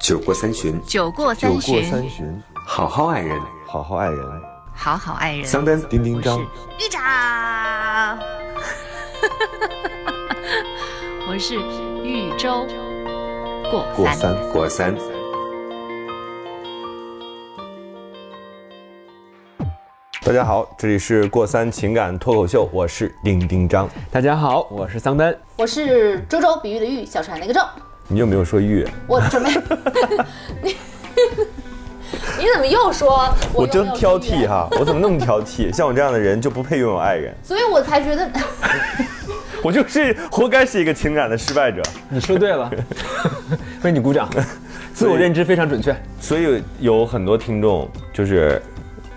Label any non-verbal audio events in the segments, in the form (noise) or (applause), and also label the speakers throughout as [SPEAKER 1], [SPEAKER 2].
[SPEAKER 1] 酒过三巡，
[SPEAKER 2] 酒过
[SPEAKER 3] 酒
[SPEAKER 2] 三
[SPEAKER 3] 过
[SPEAKER 2] 巡，
[SPEAKER 3] 三巡，
[SPEAKER 1] 好好爱人。
[SPEAKER 3] 好好爱人。
[SPEAKER 2] 好好爱人。
[SPEAKER 1] 桑丹，
[SPEAKER 3] 丁丁张，
[SPEAKER 2] 玉长， (laughs) 我是豫州过
[SPEAKER 3] 过
[SPEAKER 2] 三。
[SPEAKER 3] 三。
[SPEAKER 1] 果三，
[SPEAKER 3] 大家好，这里是过三情感脱口秀，我是丁丁张。
[SPEAKER 4] 大家好，我是桑丹。
[SPEAKER 5] 我是周周，比喻的喻，小船那个周。
[SPEAKER 3] 你有没有说玉？
[SPEAKER 5] 我准备，你你怎么又说我
[SPEAKER 3] 我
[SPEAKER 5] 又
[SPEAKER 3] 真
[SPEAKER 5] 没有
[SPEAKER 3] 挑
[SPEAKER 5] 意见
[SPEAKER 3] 剔哈，我怎么那么挑剔？ (laughs) 像我这样的人就不配拥有爱人， (laughs)
[SPEAKER 5] 所以我才觉 (laughs) 得
[SPEAKER 3] 我就是活该是一个情感的失败者。
[SPEAKER 4] 你说对了， (laughs) 为你鼓 (laughs) 掌。自我认知非常准确，
[SPEAKER 3] 所以有很多听众就是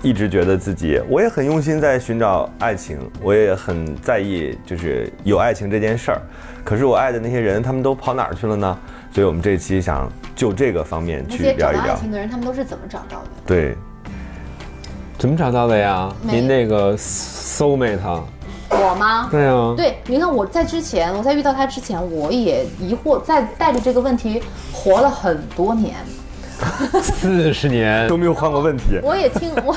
[SPEAKER 3] 一直觉得自己，我也很用心在寻找爱情，我也很在意就是有爱情这件事儿，可是我爱的那些人，他们都跑哪儿去了呢？所以我们这期想就这个方面
[SPEAKER 5] 那
[SPEAKER 3] 去
[SPEAKER 5] 些
[SPEAKER 3] 聊
[SPEAKER 5] 找
[SPEAKER 3] 一
[SPEAKER 5] 到爱
[SPEAKER 3] 聊。
[SPEAKER 5] 情的人，他们都是怎么找到的？
[SPEAKER 3] 对，
[SPEAKER 4] 怎么找到的呀？
[SPEAKER 5] 没
[SPEAKER 4] 您那个 soul mate，
[SPEAKER 5] 我吗？
[SPEAKER 4] 对啊，
[SPEAKER 5] 对，你看我在之前，我在遇到他之前，我也疑惑，在带着这个问题活了很多年。
[SPEAKER 4] (laughs) 四十年
[SPEAKER 3] 都没有换过问题。
[SPEAKER 5] 我也听我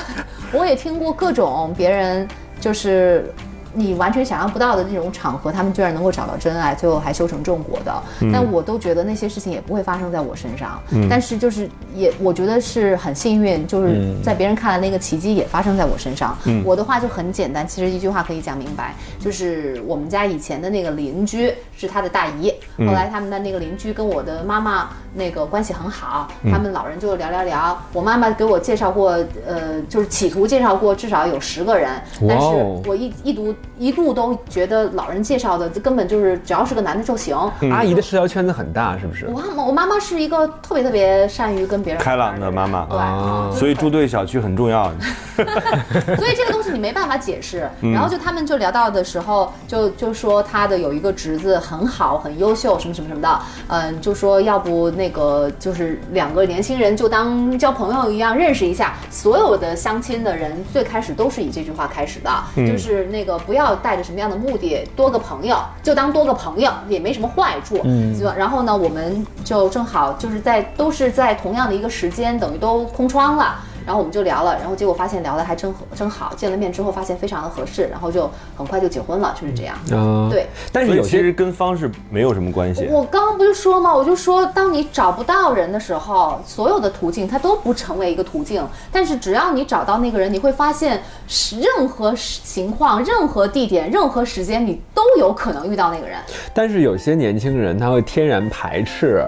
[SPEAKER 5] 我也听过各种别人就是你完全想象不到的那种场合，他们居然能够找到真爱，最后还修成正果的。
[SPEAKER 3] 嗯
[SPEAKER 5] 但我都觉得那些事情也不会发生在我身上。但是就是也我觉得是很幸运，就是
[SPEAKER 3] 嗯
[SPEAKER 5] 在别人看来那个奇迹也发生在我身上。我的话就很简单，其实一句话可以讲明白，就是我们家以前的那个邻居是他的大姨，
[SPEAKER 3] 嗯
[SPEAKER 5] 后来他们的那个邻居跟我的妈妈那个关系很好，
[SPEAKER 3] 嗯
[SPEAKER 5] 他们老人就聊聊聊。我妈妈给我介绍过，呃，就是企图介绍过至少有十个人，但
[SPEAKER 4] 哇
[SPEAKER 5] 是
[SPEAKER 4] 哦
[SPEAKER 5] 我一一读一度都觉得老人介绍的根本就是只要是个男的就行。
[SPEAKER 4] 嗯阿姨的社交圈子很大，是不是
[SPEAKER 5] 我？妈妈，我妈妈是一个特别特别善于跟别人
[SPEAKER 3] 开朗的妈妈哦
[SPEAKER 5] 对，
[SPEAKER 4] 啊
[SPEAKER 3] 所以住对小区很重要。
[SPEAKER 5] 所以这个东西你没办法解释。然后就他们就聊到的时候，就就说他的有一个侄子很好，很优秀，什么什么什么的，嗯，就说要不那个就是两个年轻人就当交朋友一样认识一下。所有的相亲的人最开始都是以这句话开始的，就是那个不要带着什么样的目的，多个朋友就当多个朋友，也没什么坏处。嗯，然后呢，我们就正好就是在都是在同样的一个时间，等于都空窗了。然后我们就聊了，然后结果发现聊的还真合真好，见了面之后发现非常的合适，然后就很快就结婚了，就是这样。
[SPEAKER 4] 啊，
[SPEAKER 5] 对，
[SPEAKER 4] 但
[SPEAKER 3] 所
[SPEAKER 4] 是
[SPEAKER 3] 以
[SPEAKER 4] 有
[SPEAKER 3] 其
[SPEAKER 4] 些
[SPEAKER 3] 实跟方式没有什么关系。
[SPEAKER 5] 我刚刚不就说吗？我就说，当你找不到人的时候，所有的途径它都不成为一个途径。但是只要你找到那个人，你会发现是任何时情况、任何地点、任何时间，你都有可能遇到那个人。
[SPEAKER 4] 但是有些年轻人他会天然排斥，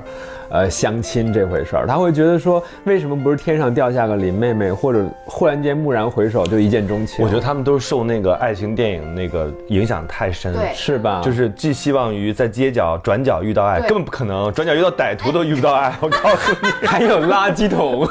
[SPEAKER 4] 呃，相亲这回事儿，他会觉得说，为什么不是天上掉下个林妹妹，或者忽然间蓦然回首就一见钟情？
[SPEAKER 3] 我觉得他们都受那个爱情电影那个影响太深。
[SPEAKER 5] 对
[SPEAKER 4] 是吧？
[SPEAKER 3] 就是寄希望于在街角转角遇到爱，
[SPEAKER 5] 对
[SPEAKER 3] 根本不可能，转角遇到歹徒都遇不到爱。我告诉你，
[SPEAKER 4] 还有垃圾桶。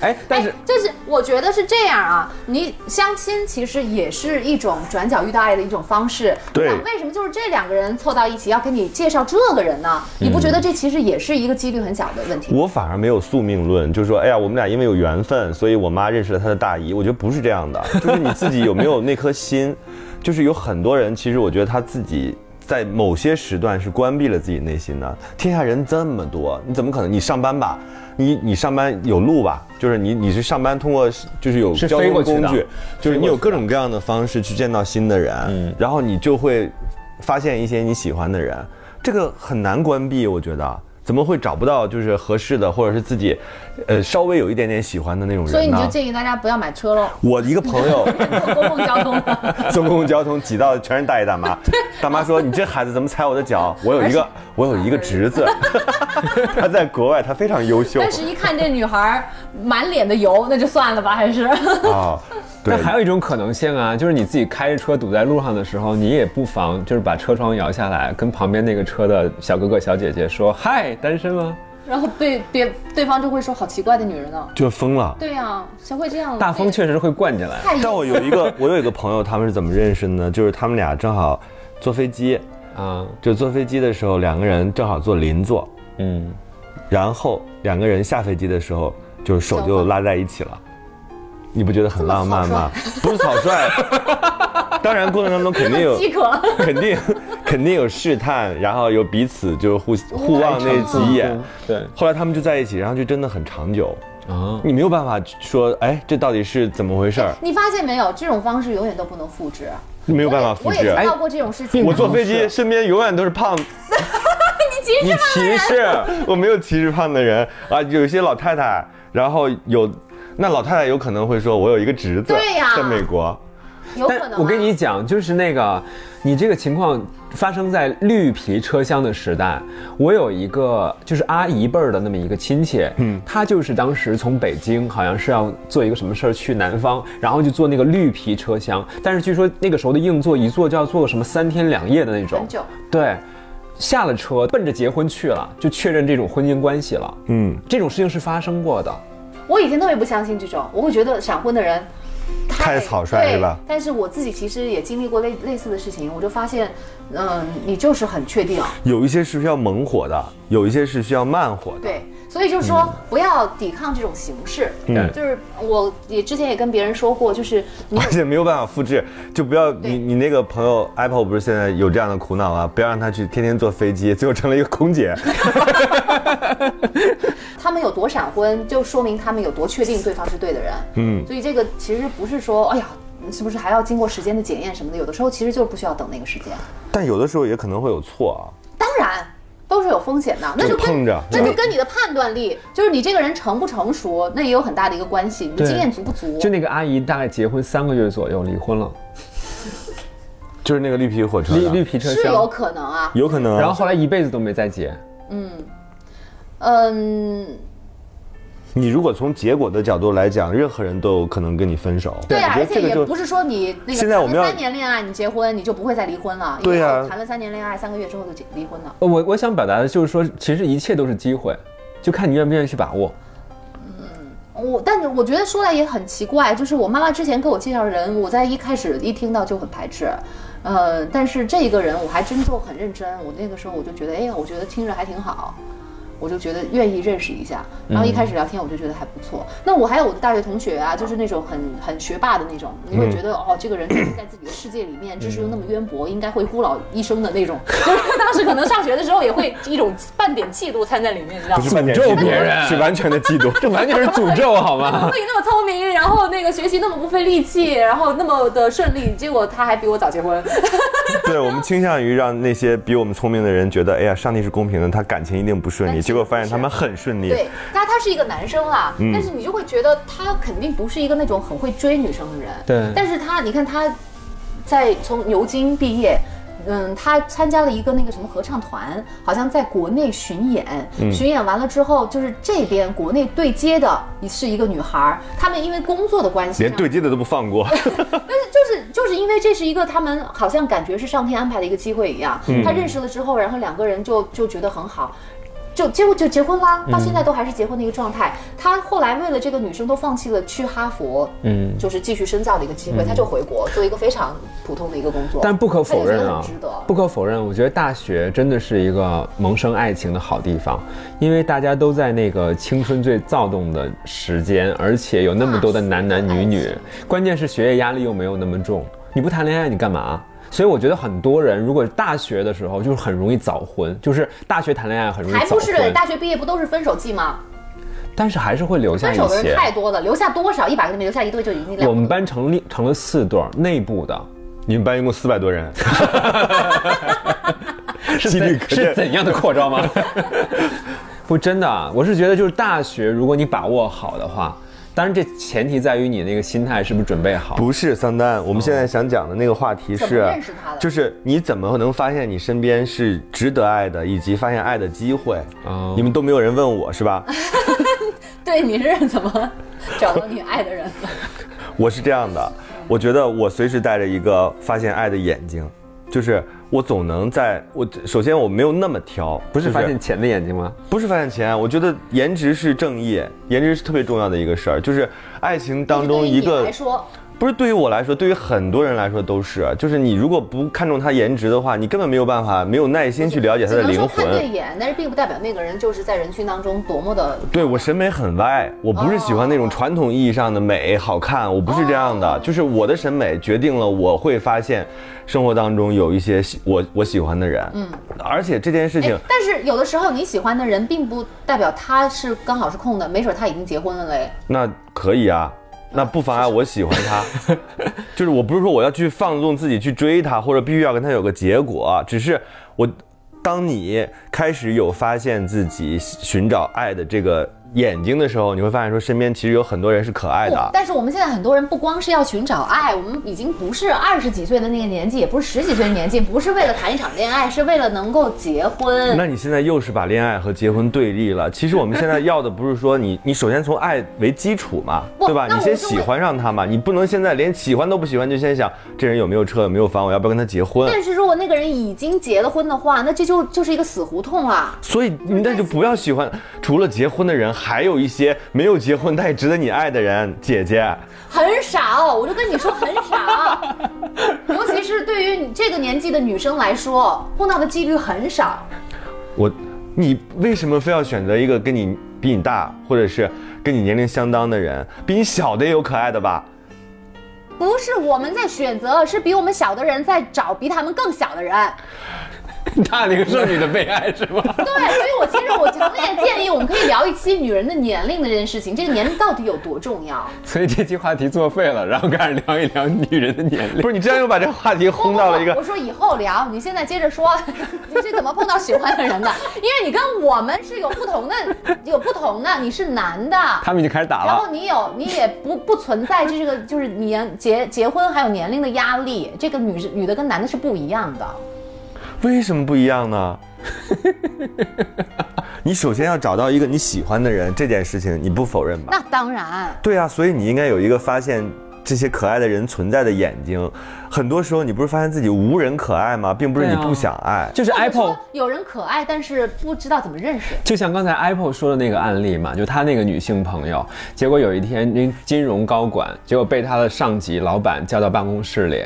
[SPEAKER 4] 哎，但是
[SPEAKER 5] 哎就是我觉得是这样啊，你相亲其实也是一种转角遇到爱的一种方式。
[SPEAKER 3] 对
[SPEAKER 5] 那为什么就是这两个人凑到一起要给你介绍这个人呢？
[SPEAKER 3] 嗯
[SPEAKER 5] 你不觉得这其实也是一个几率很小的问
[SPEAKER 3] (laughs)
[SPEAKER 5] 题？
[SPEAKER 3] 我反而没有宿命论，就说哎呀，我们俩因为有缘分，所以我妈认识了她的大姨。我觉得不是这样
[SPEAKER 4] (laughs)
[SPEAKER 3] 的，就是你自己有没有那颗心，就是有很多人，其实我觉得他自己。在某些时段是关闭了自己内心的。天下人这么多，你怎么可能？你上班吧，你你上班有路吧？就是你你是上班通过就是有
[SPEAKER 4] 是
[SPEAKER 3] 交
[SPEAKER 4] 飞
[SPEAKER 3] 通
[SPEAKER 4] 过去
[SPEAKER 3] 工
[SPEAKER 4] 的
[SPEAKER 3] 具， (laughs) 就是你有各种各样的方式去见到新的人，
[SPEAKER 4] 嗯
[SPEAKER 3] 然后你就会发现一些你喜欢的人，这个很难关闭，我觉得。怎么会找不到就是合适的，或者是自己，呃，稍微有一点点喜欢的那种
[SPEAKER 5] 所以
[SPEAKER 3] 人
[SPEAKER 5] 你就
[SPEAKER 3] 呢？
[SPEAKER 5] 建议大家不要买车喽，
[SPEAKER 3] (laughs) 我一个朋友
[SPEAKER 5] 坐公共
[SPEAKER 3] (laughs)
[SPEAKER 5] 交通。
[SPEAKER 3] 坐公共交通挤到全是大爷大妈，大妈说：“你这孩子怎么踩我的脚？”我有一
[SPEAKER 5] (laughs)
[SPEAKER 3] 个我有一个侄子， (laughs) 他在国外，他非常优秀
[SPEAKER 5] 但是，一看这女孩儿满脸的油，那就算了吧，还是。 (laughs)
[SPEAKER 3] 啊。对
[SPEAKER 4] 那，还有一种可能性啊，就是你自己开着车堵在路上的时候，你也不妨就是把车窗摇下来，跟旁边那个车的小哥哥小姐姐说：“嗨，单身吗？
[SPEAKER 5] 然后对别对方就会说好奇怪的女人呢、哦
[SPEAKER 3] 就疯了。
[SPEAKER 5] 对呀、谁会这样？
[SPEAKER 4] 大风确实会灌进来。
[SPEAKER 5] 太
[SPEAKER 3] (laughs) 但我有一个我有一个朋友，他们是怎么认识的呢？就是他们俩正好坐飞机，”
[SPEAKER 4] 啊，
[SPEAKER 3] 就坐飞机的时候，两个人正好坐邻座，
[SPEAKER 4] 嗯，
[SPEAKER 3] 然后两个人下飞机的时候，就是手就拉在一起了。你不觉得很浪 (laughs)
[SPEAKER 5] (laughs)
[SPEAKER 3] 漫吗？不是草率，当然过程当中肯定有
[SPEAKER 5] 饥渴了。
[SPEAKER 3] 肯定肯定有试探，然后有彼此就互互望那几眼。
[SPEAKER 4] 对
[SPEAKER 3] 后来他们就在一起，然后就真的很长久。
[SPEAKER 4] 啊，
[SPEAKER 3] 你没有办法说，哎，这到底是怎么回事儿？
[SPEAKER 5] 你发现没有，这种方式永远都不能复制，
[SPEAKER 3] 没有办法复
[SPEAKER 5] 我也
[SPEAKER 3] 制
[SPEAKER 5] 我也。听到过这种事情。
[SPEAKER 3] 哎我坐飞机，身边永远都是
[SPEAKER 5] (laughs)
[SPEAKER 3] 胖，你歧视，我没有歧视胖的人啊。有一些老太太，然后有，那老太太有可能会说，我有一个侄子，
[SPEAKER 5] 对呀
[SPEAKER 3] 在美国，
[SPEAKER 5] 有可能啊
[SPEAKER 4] 但
[SPEAKER 5] 吗
[SPEAKER 4] 我跟你讲，就是那个，你这个情况发生在绿皮车厢的时代。我有一个就是阿姨辈儿的那么一个亲戚，嗯，她就是当时从北京好像是要做一个什么事儿去南方，然后就坐那个绿皮车厢，但是据说那个时候的硬座一坐就要坐什么三天两夜的那种
[SPEAKER 5] 很，久，
[SPEAKER 4] 对。下了车，奔着结婚去了，就确认这种婚姻关系了。
[SPEAKER 3] 嗯，
[SPEAKER 4] 这种事情是发生过的。
[SPEAKER 5] 我以前特别不相信这种，我会觉得闪婚的人
[SPEAKER 3] 太草率
[SPEAKER 5] 对
[SPEAKER 3] 是吧？
[SPEAKER 5] 但是我自己其实也经历过类类似的事情，我就发现，嗯、你就是很确定，
[SPEAKER 3] 有一些是需要猛火的，有一些是需要慢火的。
[SPEAKER 5] 对，所以就是说、
[SPEAKER 3] 嗯
[SPEAKER 5] 不要抵抗这种形式。
[SPEAKER 4] 嗯
[SPEAKER 5] 就是我也之前也跟别人说过，就是你有
[SPEAKER 3] 而且没有办法复制，就不要
[SPEAKER 5] 对
[SPEAKER 3] 你你那个朋友 Apple 不是现在有这样的苦恼啊？不要让他去天天坐飞机，最后成了一个空
[SPEAKER 5] (laughs)
[SPEAKER 3] 姐。
[SPEAKER 5] 他们有多闪婚，就说明他们有多确定对方是对的人。
[SPEAKER 3] 嗯，
[SPEAKER 5] 所以这个其实不是说，哎呀，是不是还要经过时间的检验什么的？有的时候其实就是不需要等那个时间。
[SPEAKER 3] 但有的时候也可能会有错啊。
[SPEAKER 5] 当然都是有风险的，那就跟
[SPEAKER 3] 碰着
[SPEAKER 5] 那就跟你的判断力，就是你这个人成不成熟，那也有很大的一个关系，你的
[SPEAKER 4] 对
[SPEAKER 5] 经验足不足。
[SPEAKER 4] 就那个阿姨大概结婚三个月左右离婚了，
[SPEAKER 3] 就是那个绿皮火车
[SPEAKER 4] 绿
[SPEAKER 3] 的，
[SPEAKER 4] 绿皮车
[SPEAKER 5] 是
[SPEAKER 4] 厢
[SPEAKER 5] 有可能啊，
[SPEAKER 3] 有可能啊。
[SPEAKER 4] 然后后来一辈子都没再结。
[SPEAKER 5] 嗯，
[SPEAKER 3] 你如果从结果的角度来讲，任何人都有可能跟你分手。
[SPEAKER 5] 对啊，
[SPEAKER 3] 我觉得
[SPEAKER 5] 而
[SPEAKER 3] 这
[SPEAKER 5] 且
[SPEAKER 3] 个
[SPEAKER 5] 也
[SPEAKER 3] 就
[SPEAKER 5] 不是说你那个
[SPEAKER 3] 现在我们要
[SPEAKER 5] 谈了三年恋爱，你结婚你就不会再离婚了。
[SPEAKER 3] 对啊
[SPEAKER 5] 有的谈了三年恋爱，三个月之后就结离婚了。
[SPEAKER 4] 呃我我想表达的就是说，其实一切都是机会，就看你愿不愿意去把握。
[SPEAKER 5] 我，但是我觉得说来也很奇怪，就是我妈妈之前给我介绍人，我在一开始一听到就很排斥，呃，但是这个人我还真就很认真，我那个时候我就觉得，哎呀，我觉得听着还挺好，我就觉得愿意认识一下，然后一开始聊天我就觉得还不错。那我还有我的大学同学啊，就是那种很很学霸的那种，你会觉得、哦，这个人就是在自己的世界里面知识又那么渊博，应该会孤老一生的那种， (laughs) 就是当时可能上学的时候也会一种半点嫉妒掺在里面，你知道吗
[SPEAKER 3] 不？是半点
[SPEAKER 4] 诅咒
[SPEAKER 3] 嫉妒
[SPEAKER 4] 别人
[SPEAKER 3] 是完全的嫉妒。
[SPEAKER 4] 这完全是诅咒，好吗？
[SPEAKER 5] 自己那么聪明，然后那个学习那么不费力气，然后那么的顺利，结果他还比我早结婚。
[SPEAKER 3] 对我们倾向于让那些比我们聪明的人觉得，哎呀，上帝是公平的，他感情一定不顺
[SPEAKER 5] 但
[SPEAKER 3] 利。
[SPEAKER 5] 其实
[SPEAKER 3] 结果发现
[SPEAKER 5] 不是
[SPEAKER 3] 他们很顺利。
[SPEAKER 5] 对，但他是一个男生啦，但是你就会觉得他肯定不是一个那种很会追女生的人。
[SPEAKER 4] (laughs) 对
[SPEAKER 5] 但是他，你看他在从牛津毕业。嗯，他参加了一个那个什么合唱团，好像在国内巡演，巡演完了之后，就是这边国内对接的是一个女孩儿，他们因为工作的关系，
[SPEAKER 3] 连对接的都不放过，
[SPEAKER 5] 但是就是就是因为这是一个他们好像感觉是上天安排的一个机会一样，
[SPEAKER 4] 嗯
[SPEAKER 5] 他认识了之后，然后两个人就就觉得很好。就结果就结婚啦，
[SPEAKER 4] 嗯
[SPEAKER 5] 到现在都还是结婚的一个状态。他后来为了这个女生都放弃了去哈佛，
[SPEAKER 4] 嗯
[SPEAKER 5] 就是继续深造的一个机会，他就回国做一个非常普通的一个工作。
[SPEAKER 4] 但不可否认啊
[SPEAKER 5] 他就觉得很值得，
[SPEAKER 4] 不可否认，我觉得大学真的是一个萌生爱情的好地方，因为大家都在那个青春最躁动的时间，而且有那么多的男男女女，关键是学业压力又没有那么重，你不谈恋爱你干嘛？所以我觉得很多人如果大学的时候就是很容易早婚，就是大学谈恋爱很容易
[SPEAKER 5] 还
[SPEAKER 4] 早
[SPEAKER 5] 不
[SPEAKER 4] 婚，
[SPEAKER 5] 是大学毕业不都是分手季吗？
[SPEAKER 4] 但是还是会留下
[SPEAKER 5] 分
[SPEAKER 4] 一
[SPEAKER 5] 手的
[SPEAKER 4] 些
[SPEAKER 5] 人。太多了，留下多少一百个里面留下一对就已经了不得
[SPEAKER 4] 我们班成立成了四对儿内部的，
[SPEAKER 3] 你们班一共四百多人，
[SPEAKER 4] 是
[SPEAKER 3] 几率
[SPEAKER 4] 怎
[SPEAKER 3] 可
[SPEAKER 4] 是
[SPEAKER 3] 见
[SPEAKER 4] 怎样的扩招吗？不，真的啊，我是觉得就是大学，如果你把握好的话，当然这前提在于你那个心态是不是准备好。
[SPEAKER 3] 不是桑丹，我们现在想讲的那个话题
[SPEAKER 5] 怎
[SPEAKER 3] 是
[SPEAKER 5] 么认识他的，
[SPEAKER 3] 就是你怎么能发现你身边是值得爱的，以及发现爱的机会？
[SPEAKER 4] 哦
[SPEAKER 3] 你们都没有人问我是吧？
[SPEAKER 5] 对你是怎么找到你爱的人的？
[SPEAKER 3] 我是这样的，我觉得我随时带着一个发现爱的眼睛，就是我总能在我首先我没有那么挑，
[SPEAKER 4] 不是
[SPEAKER 3] 就
[SPEAKER 4] 发现钱的眼睛吗？ (laughs)
[SPEAKER 3] 不是发现钱，我觉得颜值是正义，颜值是特别重要的一个事儿，就是爱情当中一
[SPEAKER 5] 就是对于你
[SPEAKER 3] 个
[SPEAKER 5] 来说，
[SPEAKER 3] 不是对于我来说，对于很多人来说都是，啊就是你如果不看重他颜值的话，你根本没有办法，没有耐心去了解他
[SPEAKER 5] 只
[SPEAKER 3] 的
[SPEAKER 5] 能
[SPEAKER 3] 灵
[SPEAKER 5] 说看对
[SPEAKER 3] 魂。
[SPEAKER 5] 眼，但是并不代表那个人就是在人群当中多么的
[SPEAKER 3] 对我审美很歪，我不是喜欢那种传统意义上的美好看，我不是这样的。就是我的审美决定了我会发现，生活当中有一些喜我我喜欢的人，嗯，而且这件事情
[SPEAKER 5] 哎，但是有的时候你喜欢的人，并不代表他是刚好是空的，没准他已经结婚了嘞。
[SPEAKER 3] 那可以啊，那不妨碍我喜欢他。就是我不是说我要去放纵自己去追他，或者必须要跟他有个结果，啊只是我，当你开始有发现自己寻找爱的这个眼睛的时候，你会发现说身边其实有很多人是可爱
[SPEAKER 5] 不
[SPEAKER 3] 的。
[SPEAKER 5] 哦
[SPEAKER 3] 啊
[SPEAKER 5] 但是我们现在很多人不光是要寻找爱，我们已经不是二十几岁的那个年纪，也不是十几岁的年纪，不是为了谈一场恋爱，是为了能够结婚。
[SPEAKER 3] 那你现在又是把恋爱和结婚对立
[SPEAKER 5] (laughs)
[SPEAKER 3] 了。其实我们现在要的不是说你，你首先从爱为基础嘛，
[SPEAKER 5] 不
[SPEAKER 3] 对吧？
[SPEAKER 5] 那
[SPEAKER 3] 你
[SPEAKER 5] 我
[SPEAKER 3] 先
[SPEAKER 5] 就
[SPEAKER 3] 喜
[SPEAKER 5] 会
[SPEAKER 3] 欢上他嘛，你不能现在连喜欢都不喜欢就先想这人有没有车有没有房，我要不要跟他结婚？
[SPEAKER 5] 但是如果那个人已经结了婚的话，那这就就是一个死胡同啊。
[SPEAKER 3] 所以你那就不要喜欢，除了结婚的人，还有一些没有结婚但也值得你爱的人，姐姐。
[SPEAKER 5] 很少，我就跟你说很
[SPEAKER 3] (laughs)
[SPEAKER 5] 少，尤其是对于你这个年纪的女生来说，碰到的几率很少。
[SPEAKER 3] 我，你为什么非要选择一个跟你比你大，或者是跟你年龄相当的人？比你小的也有可爱的吧？
[SPEAKER 5] 不是我们在选择，是比我们小的人在找比他们更小的人。
[SPEAKER 4] 大龄剩女的悲哀是吧？
[SPEAKER 5] 对，所以我其实我强烈建议，我们可以聊一期女人的年龄的这件事情，这个年龄到底有多重要？
[SPEAKER 4] 所以这期话题作废了，然后开始聊一聊女人的年龄
[SPEAKER 3] 不。是，你这样又把这话题
[SPEAKER 5] 不
[SPEAKER 3] 轰到了一
[SPEAKER 5] 不不
[SPEAKER 3] 个
[SPEAKER 5] 我。说以后聊，你现在接着说， (laughs) 你是怎么碰到喜欢的人的？因为你跟我们是有不同的，有不同的，你是男的。
[SPEAKER 4] 他们已经开始打
[SPEAKER 5] 然后
[SPEAKER 4] 了，
[SPEAKER 5] 你有，你也不不存在这个就是年结结婚还有年龄的压力，这个女女的跟男的是不一样的。
[SPEAKER 3] 为什么不一样呢？ (laughs) 你首先要找到一个你喜欢的人，这件事情你不否认吧？
[SPEAKER 5] 那当然，
[SPEAKER 3] 对啊，所以你应该有一个发现这些可爱的人存在的眼睛。很多时候，你不是发现自己无人可爱吗？并不是你
[SPEAKER 4] 对啊
[SPEAKER 3] 不想爱。
[SPEAKER 4] 就是
[SPEAKER 5] 或者说
[SPEAKER 4] Apple。
[SPEAKER 5] 有人可爱，但是不知道怎么认识。
[SPEAKER 4] 就像刚才 Apple 说的那个案例嘛，就她那个女性朋友，结果有一天那金融高管，结果被她的上级老板叫到办公室里，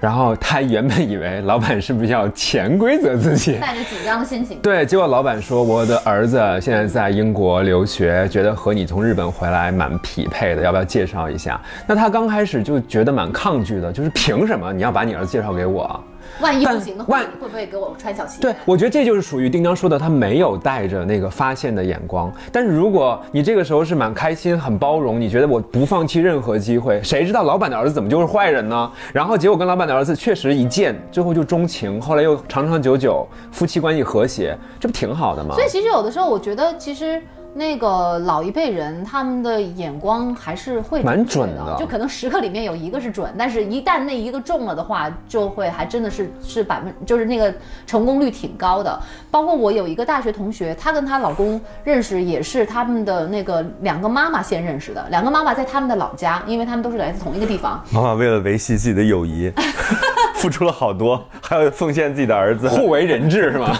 [SPEAKER 4] 然后她原本以为老板是不是要潜规则自
[SPEAKER 5] (laughs)
[SPEAKER 4] 己，
[SPEAKER 5] 带着紧张的心情，
[SPEAKER 4] 对，结果老板说我的儿子现在在英国留学，觉得和你从日本回来蛮匹配的，要不要介绍一下？那他刚开始就觉得蛮抗拒的，就是凭什么你要把你儿子介绍给我？
[SPEAKER 5] 万一不
[SPEAKER 4] 但
[SPEAKER 5] 行的话，
[SPEAKER 4] 万
[SPEAKER 5] 你会不会给我穿小鞋？
[SPEAKER 4] 对，我觉得这就是属于丁章说的，他没有带着那个发现的眼光。但是如果你这个时候是蛮开心、很包容，你觉得我不放弃任何机会，谁知道老板的儿子怎么就是坏人呢？然后结果跟老板的儿子确实一见，最后就钟情，后来又长长久久，夫妻关系和谐，这不挺好的吗？
[SPEAKER 5] 所以其实有的时候，我觉得其实那个老一辈人他们的眼光还是会
[SPEAKER 4] 蛮准
[SPEAKER 5] 的，
[SPEAKER 4] 的
[SPEAKER 5] 就可能十个里面有一个是准，但是一旦那一个中了的话，就会还真的是是百分，就是那个成功率挺高的。包括我有一个大学同学，她跟她老公认识也是他们的那个两个妈妈先认识的，两个妈妈在他们的老家，因为他们都是来自同一个地方，
[SPEAKER 3] 妈妈为了维系自己的友谊， (laughs) 付出了好多，还要奉献自己的儿子。
[SPEAKER 4] 互为人质是吗？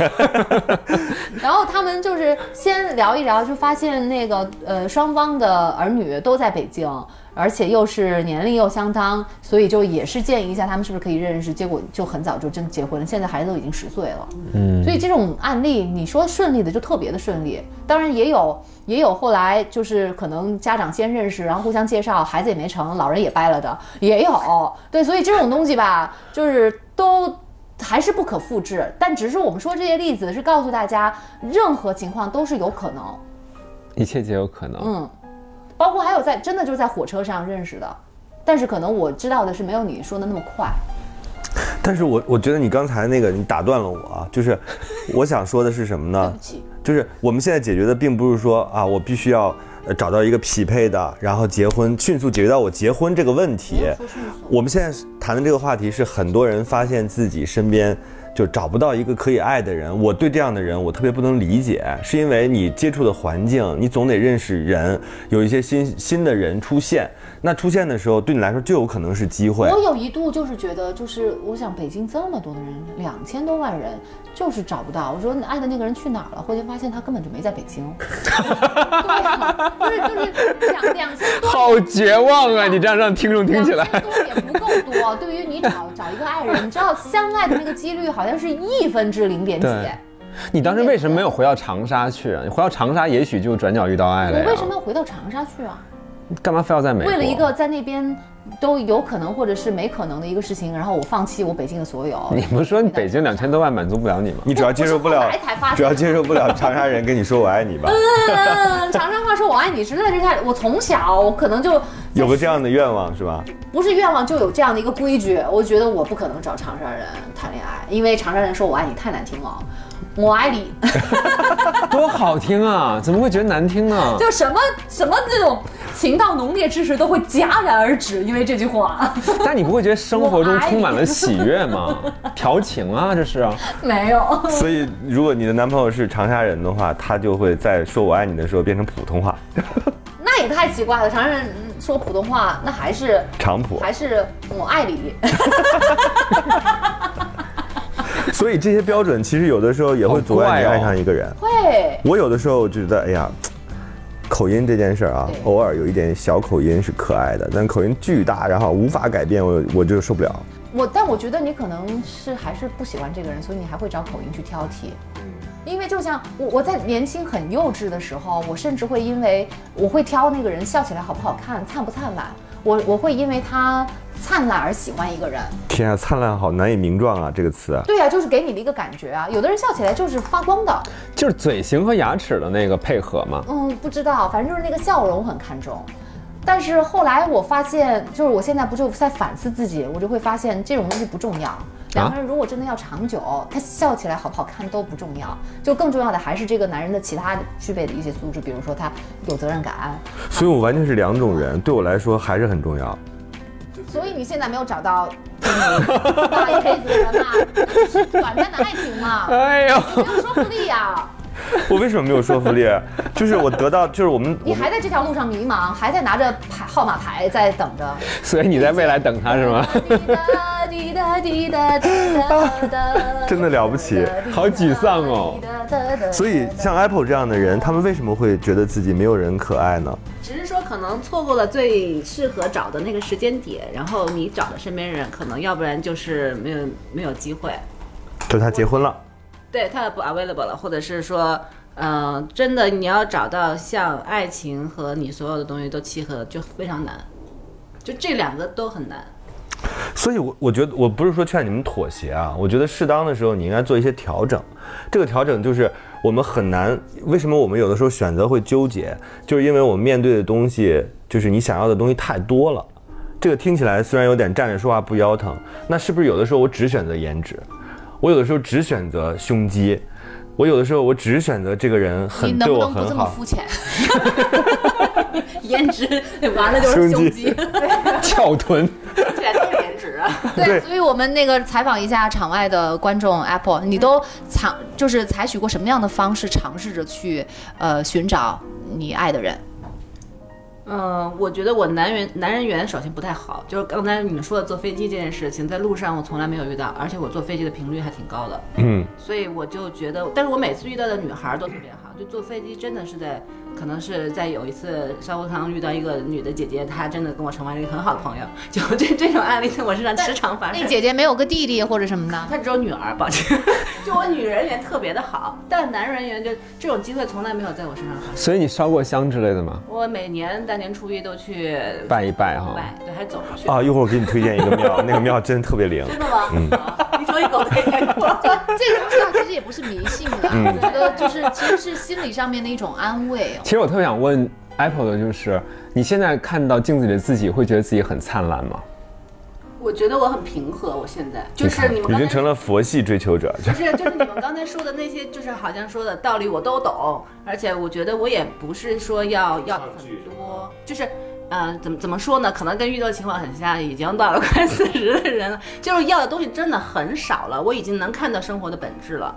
[SPEAKER 5] 然后他们就是先聊一聊，就发现那个呃双方的儿女都在北京，而且又是年龄又相当，所以就也是建议一下他们是不是可以认识。结果就很早就真结婚了，现在孩子都已经十岁了。嗯，所以这种案例你说顺利的就特别的顺利，当然也有也有后来就是可能家长先认识，然后互相介绍，孩子也没成，老人也掰了的也有。对，所以这种东西吧，就是都。还是不可复制，但只是我们说这些例子是告诉大家，任何情况都是有可能，
[SPEAKER 4] (laughs) 一切皆有可能。
[SPEAKER 5] 嗯，包括还有在真的就是在火车上认识的，但是可能我知道的是没有你说的那么快，
[SPEAKER 3] 但是我我觉得你刚才那个你打断了我啊，就是我想说的是什么
[SPEAKER 5] 对
[SPEAKER 3] 呢
[SPEAKER 5] 不？起，
[SPEAKER 3] 就是我们现在解决的并不是说啊，我必须要呃找到一个匹配的，然后结婚，迅速解决到我结婚这个问题。
[SPEAKER 5] 说是
[SPEAKER 3] 我们现在谈的这个话题是很多人发现自己身边就找不到一个可以爱的人。我对这样的人，我特别不能理解，是因为你接触的环境，你总得认识人，有一些新新的人出现。那出现的时候，对你来说就有可能是机会。
[SPEAKER 5] 我有一度就是觉得，就是我想北京这么多的人，两千多万人，就是找不到。我说爱的那个人去哪儿了？后来发现他根本就没在北京。 (laughs) 对啊，就是就是两两千多。
[SPEAKER 4] 好绝望啊！你这样让听众听起
[SPEAKER 5] (laughs)
[SPEAKER 4] 来，
[SPEAKER 5] 两千多也不够
[SPEAKER 4] (laughs)
[SPEAKER 5] 多。对于你找找一个爱人，你知道相爱的那个几率好像是亿分之零点几。哎
[SPEAKER 4] 对你当时为什么没有回到长沙去啊？你回到长沙，也许就转角遇到爱哎了呀。
[SPEAKER 5] 我为什么要回到长沙去啊？
[SPEAKER 4] 干嘛非要在美国？
[SPEAKER 5] 为了一个在那边都有可能或者是没可能的一个事情，然后我放弃我北京的所
[SPEAKER 4] (laughs)
[SPEAKER 5] 有。
[SPEAKER 4] 你不是说你北京两千多万满足不了你吗？
[SPEAKER 3] 你主要接受不了
[SPEAKER 5] (laughs) 我是后来才发
[SPEAKER 3] (laughs)
[SPEAKER 5] 现，
[SPEAKER 3] 主要接受不了长沙人跟你说我爱你吧，
[SPEAKER 5] 嗯， (laughs) 长沙话说“我爱你”实在是太……我从小我可能就
[SPEAKER 3] (laughs) 有个这样的愿望是吧？
[SPEAKER 5] 不是愿望，就有这样的一个规矩。我觉得我不可能找长沙人谈恋爱，因为长沙人说我爱你太难听了，我爱你，
[SPEAKER 4] (laughs) 多好听啊！怎么会觉得难听呢？ (laughs)
[SPEAKER 5] 就什么什么那种情到浓烈之时都会戛然而止，因为这句话 (laughs)
[SPEAKER 4] 但你不会觉得生活中充满了喜悦吗？调情啊，这是啊。
[SPEAKER 5] 没有。
[SPEAKER 3] 所以如果你的男朋友是长沙人的话，他就会在说我爱你的时候变成普通话，
[SPEAKER 5] 那也太奇怪了，长沙人嗯说普通话，那还是
[SPEAKER 3] 长普。
[SPEAKER 5] 还是我爱你。
[SPEAKER 3] 所以这些标准其实有的时候也会阻碍你
[SPEAKER 4] 好怪哦
[SPEAKER 3] 爱上一个人。
[SPEAKER 5] 会，
[SPEAKER 3] 我有的时候觉得，哎呀，口音这件事儿啊
[SPEAKER 5] 对，
[SPEAKER 3] 偶尔有一点小口音是可爱的，但口音巨大，然后无法改变，我我就受不了。
[SPEAKER 5] 我但我觉得你可能是还是不喜欢这个人，所以你还会找口音去挑剔。因为就像我我在年轻很幼稚的时候，我甚至会因为我会挑那个人笑起来好不好看，灿不灿烂，我我会因为他灿烂而喜欢一个人。
[SPEAKER 3] 天啊，灿烂好难以名状啊，这个词。
[SPEAKER 5] 对啊，就是给你的一个感觉啊。有的人笑起来就是发光的，
[SPEAKER 4] 就是嘴型和牙齿的那个配合嘛。
[SPEAKER 5] 嗯，不知道，反正就是那个笑容很看重。但是后来我发现，就是我现在不就在反思自己，我就会发现这种东西不重要。两个人如果真的要长久，他笑起来好不好看都不重要，就更重要的还是这个男人的其他具备的一些素质，比如说他有责任感。
[SPEAKER 3] 所以我完全是两种人，对我来说还是很重要。
[SPEAKER 5] 所以你现在没有找到跟你大一辈子的人嘛，就是短暂的爱情嘛，
[SPEAKER 4] 哎呦，
[SPEAKER 5] 没有说服力啊呀、
[SPEAKER 3] 我为什么没有说服力？就是我得到，就是我们
[SPEAKER 5] 你
[SPEAKER 3] 我
[SPEAKER 5] 还
[SPEAKER 3] 们
[SPEAKER 5] 在这条路上迷茫，还在拿着牌号码牌在等
[SPEAKER 3] (laughs)
[SPEAKER 5] 着。
[SPEAKER 3] 啊
[SPEAKER 4] 所以你在未来等他是 (laughs) 吗？
[SPEAKER 5] 滴答滴答滴答滴答
[SPEAKER 3] 真的了不起
[SPEAKER 4] 好沮丧
[SPEAKER 5] (laughs)
[SPEAKER 4] 哦。
[SPEAKER 3] 所以像 Apple 这样的人，他们为什么会觉得自己没有人可爱呢？
[SPEAKER 1] 只是说可能错过了最适合找的那个时间点，然后你找的身边人可能要不然就是没有没有机会，
[SPEAKER 3] 就是他结婚了，
[SPEAKER 1] 对他也不 available 了，或者是说，嗯、真的你要找到像爱情和你所有的东西都契合，就非常难，就这两个都很难。
[SPEAKER 3] 所以我，我觉得我不是说劝你们妥协啊，我觉得适当的时候你应该做一些调整。这个调整就是我们很难，为什么我们有的时候选择会纠结，就是因为我们面对的东西，就是你想要的东西太多了。这个听起来虽然有点站着说话不腰疼，那是不是有的时候我只选择颜值，我有的时候只选择胸肌，我有的时候我只选择这个人
[SPEAKER 5] 你
[SPEAKER 3] 很
[SPEAKER 5] 能
[SPEAKER 3] 对
[SPEAKER 5] 不
[SPEAKER 3] 我
[SPEAKER 5] 能不
[SPEAKER 3] 很
[SPEAKER 5] 这么
[SPEAKER 3] 好，
[SPEAKER 5] 肤
[SPEAKER 3] (laughs)
[SPEAKER 5] 浅？
[SPEAKER 1] 颜值 (laughs) 完了就是
[SPEAKER 3] 胸肌
[SPEAKER 1] 胸肌，
[SPEAKER 4] 翘臀，
[SPEAKER 1] 这俩都是颜值啊。
[SPEAKER 3] 对
[SPEAKER 5] 对，所以我们那个采访一下场外的观众 Apple，
[SPEAKER 3] 嗯
[SPEAKER 5] 你都尝就是采取过什么样的方式尝试着去呃寻找你爱的人？
[SPEAKER 1] 嗯，我觉得我男人男人缘首先不太好，就是刚才你们说的坐飞机这件事情，在路上我从来没有遇到，而且我坐飞机的频率还挺高的，
[SPEAKER 3] 嗯，
[SPEAKER 1] 所以我就觉得，但是我每次遇到的女孩都特别好，就坐飞机真的是在，可能是在有一次商务舱遇到一个女的姐姐，她真的跟我成为了一个很好的朋友，就这这种案例 (laughs) 在我身上时常发生
[SPEAKER 5] 那。姐姐没有个弟弟或者什么的？
[SPEAKER 1] (laughs)
[SPEAKER 3] (laughs)
[SPEAKER 1] 她只有女儿，抱歉，就我女人缘特别的好，但男人缘就这种机会从来没有在我身上发生。
[SPEAKER 4] 所以你烧过香之类的吗？
[SPEAKER 1] 我每年大年初一都去
[SPEAKER 4] 拜一拜哈。
[SPEAKER 1] 拜，对，还走着
[SPEAKER 3] (laughs)
[SPEAKER 1] 去。
[SPEAKER 3] 啊，一会儿我给你推荐一个庙，那个庙真特别灵。
[SPEAKER 1] 真的吗？
[SPEAKER 3] 嗯
[SPEAKER 1] 你说一狗的也过。
[SPEAKER 5] 这个东西啊，其实也不是迷信的，
[SPEAKER 3] 嗯
[SPEAKER 5] 我觉得就是其实是心理上面的一种安慰哦。
[SPEAKER 4] 其实我特别想问 Apple 的就是，你现在看到镜子里的自己，会觉得自己很灿烂吗？
[SPEAKER 1] (laughs) 我觉得我很平和，我现在就是你们
[SPEAKER 3] 已
[SPEAKER 1] 刚
[SPEAKER 3] 经
[SPEAKER 1] 才
[SPEAKER 3] 成了佛系追求者，
[SPEAKER 1] 不是就是你们刚才说的那些，就是好像说的道理我都懂，而且我觉得我也不是说要要很多，就是呃，怎么怎么说呢？可能跟遇到情况很像，已经到了快四十的人了， (laughs) 就是要的东西真的很少了。我已经能看到生活的本质了，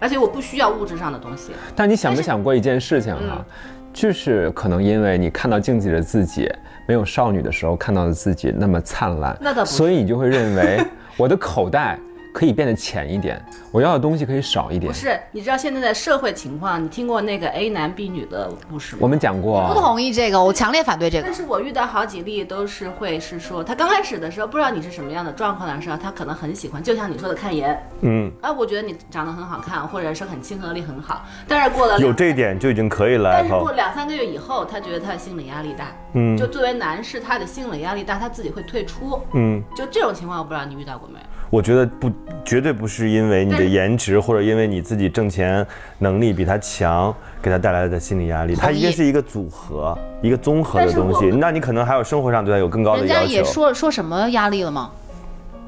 [SPEAKER 1] 而且我不需要物质上的东西。
[SPEAKER 4] 但你想没想过一件事情
[SPEAKER 1] 嗯
[SPEAKER 4] 啊？就是可能因为你看到镜子里的自己没有少女的时候看到的自己那么灿烂，
[SPEAKER 1] 那倒不是
[SPEAKER 4] 所以你就会认
[SPEAKER 1] (laughs)
[SPEAKER 4] 为我的口袋可以变得浅一点，我要的东西可以少一点
[SPEAKER 1] 不。是，你知道现在的社会情况，你听过那个 A 男 B 女的故事吗？
[SPEAKER 4] 我们讲
[SPEAKER 5] 不
[SPEAKER 4] 过，啊
[SPEAKER 5] 同意这个，我强烈反对这个
[SPEAKER 1] 但。是我遇到好几例都是会是说，他刚开始的时候不知道你是什么样的状况的时候，他可能很喜欢，就像你说的看颜，
[SPEAKER 3] 嗯，
[SPEAKER 1] 啊，我觉得你长得很好看，或者是很亲和力很好，但是过了
[SPEAKER 3] 有
[SPEAKER 1] 两，
[SPEAKER 3] 这一点就已经可以了
[SPEAKER 1] 嗯但。是
[SPEAKER 3] 好
[SPEAKER 1] 过两三个月以后，他觉得他的心理压力大，
[SPEAKER 3] 嗯
[SPEAKER 1] 就作为男士，他的心理压力大，他自己会退出，
[SPEAKER 3] 嗯，
[SPEAKER 1] 就这种情况，我不知道你遇到过没有？
[SPEAKER 3] 我觉得不，绝对不是因为你的颜值或者因为你自己挣钱能力比他强给他带来的心理压力，它
[SPEAKER 5] 同意
[SPEAKER 3] 应该是一个组合，一个综合
[SPEAKER 1] 但
[SPEAKER 3] 的
[SPEAKER 1] 是我
[SPEAKER 3] 东西。
[SPEAKER 1] 们
[SPEAKER 3] 那你可能还有生活上对他有更高的
[SPEAKER 5] 人家
[SPEAKER 3] 要
[SPEAKER 5] 也
[SPEAKER 3] 求。
[SPEAKER 5] 说说什么压力了吗？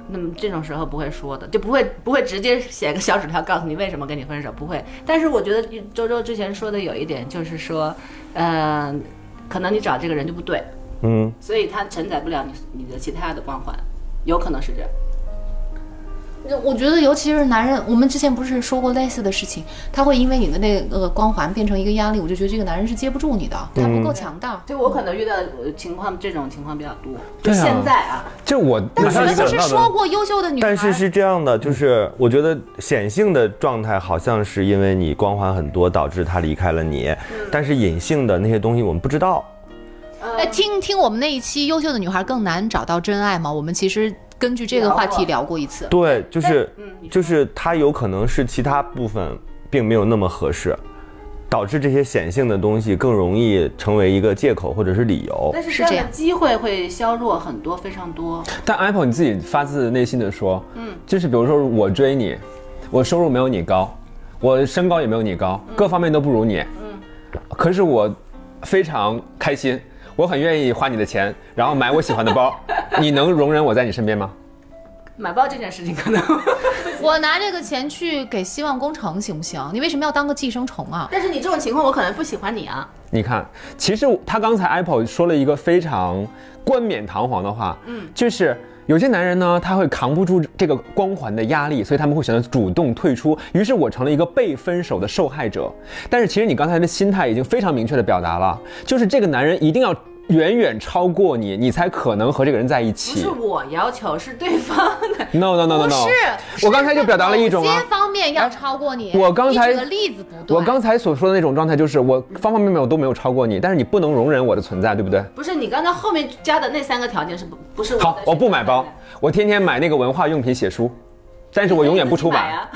[SPEAKER 1] 那么这种时候不会说的，就不会不会直接写个小纸条告诉你为什么跟你分手，不会。但是我觉得周周之前说的有一点就是说，嗯、可能你找这个人就不对，
[SPEAKER 3] 嗯，
[SPEAKER 1] 所以它承载不了你你的其他的光环，有可能是这样。
[SPEAKER 5] 我觉得，尤其是男人，我们之前不是说过类似的事情，他会因为你的那个光环变成一个压力，我就觉得这个男人是接不住你的，他不够强大。
[SPEAKER 1] 就我可能遇到的情况，这种情况比较多。就
[SPEAKER 4] 对啊
[SPEAKER 1] 现在啊，
[SPEAKER 4] 就我
[SPEAKER 3] 但
[SPEAKER 4] 马
[SPEAKER 5] 我
[SPEAKER 4] 上
[SPEAKER 5] 们
[SPEAKER 3] 是
[SPEAKER 4] 想
[SPEAKER 5] 不是
[SPEAKER 4] 到的
[SPEAKER 5] 说过优秀的女孩，
[SPEAKER 3] 但是是这样的，就是我觉得显性的状态好像是因为你光环很多导致他离开了
[SPEAKER 1] 嗯
[SPEAKER 3] 你，但是隐性的那些东西我们不知道。
[SPEAKER 5] 哎，听听我们那一期《优秀的女孩更难找到真爱》嘛，我们其实根据这个话题聊过一次。
[SPEAKER 3] 对，就是
[SPEAKER 1] 嗯你说
[SPEAKER 3] 就是它有可能是其他部分并没有那么合适，导致这些显性的东西更容易成为一个借口或者是理由。
[SPEAKER 1] 但是
[SPEAKER 5] 是
[SPEAKER 1] 这
[SPEAKER 5] 这
[SPEAKER 1] 样的
[SPEAKER 5] 样
[SPEAKER 1] 机会会削弱很多，非常多。
[SPEAKER 4] 但 Apple 你自己发自内心的说，嗯，就是比如说我追你，我收入没有你高，我身高也没有你高，各方面都不如你，嗯，可是我非常开心，我很愿意花你的钱，然后买我喜欢的包， (laughs) 你能容忍我在你身边吗？
[SPEAKER 1] 买包这件事情可能，？
[SPEAKER 5] 我拿这个钱去给希望工程行不行？你为什么要当个寄生虫啊
[SPEAKER 1] (laughs) 但是你这种情况，我可能不喜欢你啊。
[SPEAKER 4] 你看，其实他刚才 Apple 说了一个非常冠冕堂皇的话，嗯，就是有些男人呢，他会扛不住这个光环的压力，所以他们会选择主动退出。于是我成了一个被分手的受害者。但是其实你刚才的心态已经非常明确的表达了，就是这个男人一定要远远超过你，你才可能和这个人在一
[SPEAKER 1] 不
[SPEAKER 4] 起
[SPEAKER 1] 是。我要求，是对方的。 (laughs)
[SPEAKER 4] No no no no no，
[SPEAKER 5] 不是，
[SPEAKER 4] 我刚才就表达了一种
[SPEAKER 5] 某
[SPEAKER 4] 啊
[SPEAKER 5] 些。方面要超过你。
[SPEAKER 4] 我刚才
[SPEAKER 5] 你举的例子不对。
[SPEAKER 4] 我刚才所说的那种状态，就是我方方面面我都没有超过你，但是你不能容忍我的存在，对不对？
[SPEAKER 1] 不是你刚才后面加的那三个条件是不不是我的
[SPEAKER 4] 好，我不买包，我天天买那个文化用品写书，但是我永远不出
[SPEAKER 1] 买
[SPEAKER 4] 版。
[SPEAKER 1] 啊。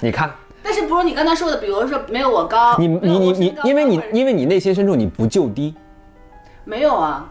[SPEAKER 4] 你看，
[SPEAKER 1] 但是不是你刚才说的，比如说没有我高，
[SPEAKER 4] 你
[SPEAKER 1] 没
[SPEAKER 4] 你
[SPEAKER 1] 有
[SPEAKER 4] 你
[SPEAKER 1] 哦我身
[SPEAKER 4] 你，
[SPEAKER 1] 高
[SPEAKER 4] 因为你
[SPEAKER 1] 或者
[SPEAKER 4] 因为你内心深处你不就低，
[SPEAKER 1] 没有啊，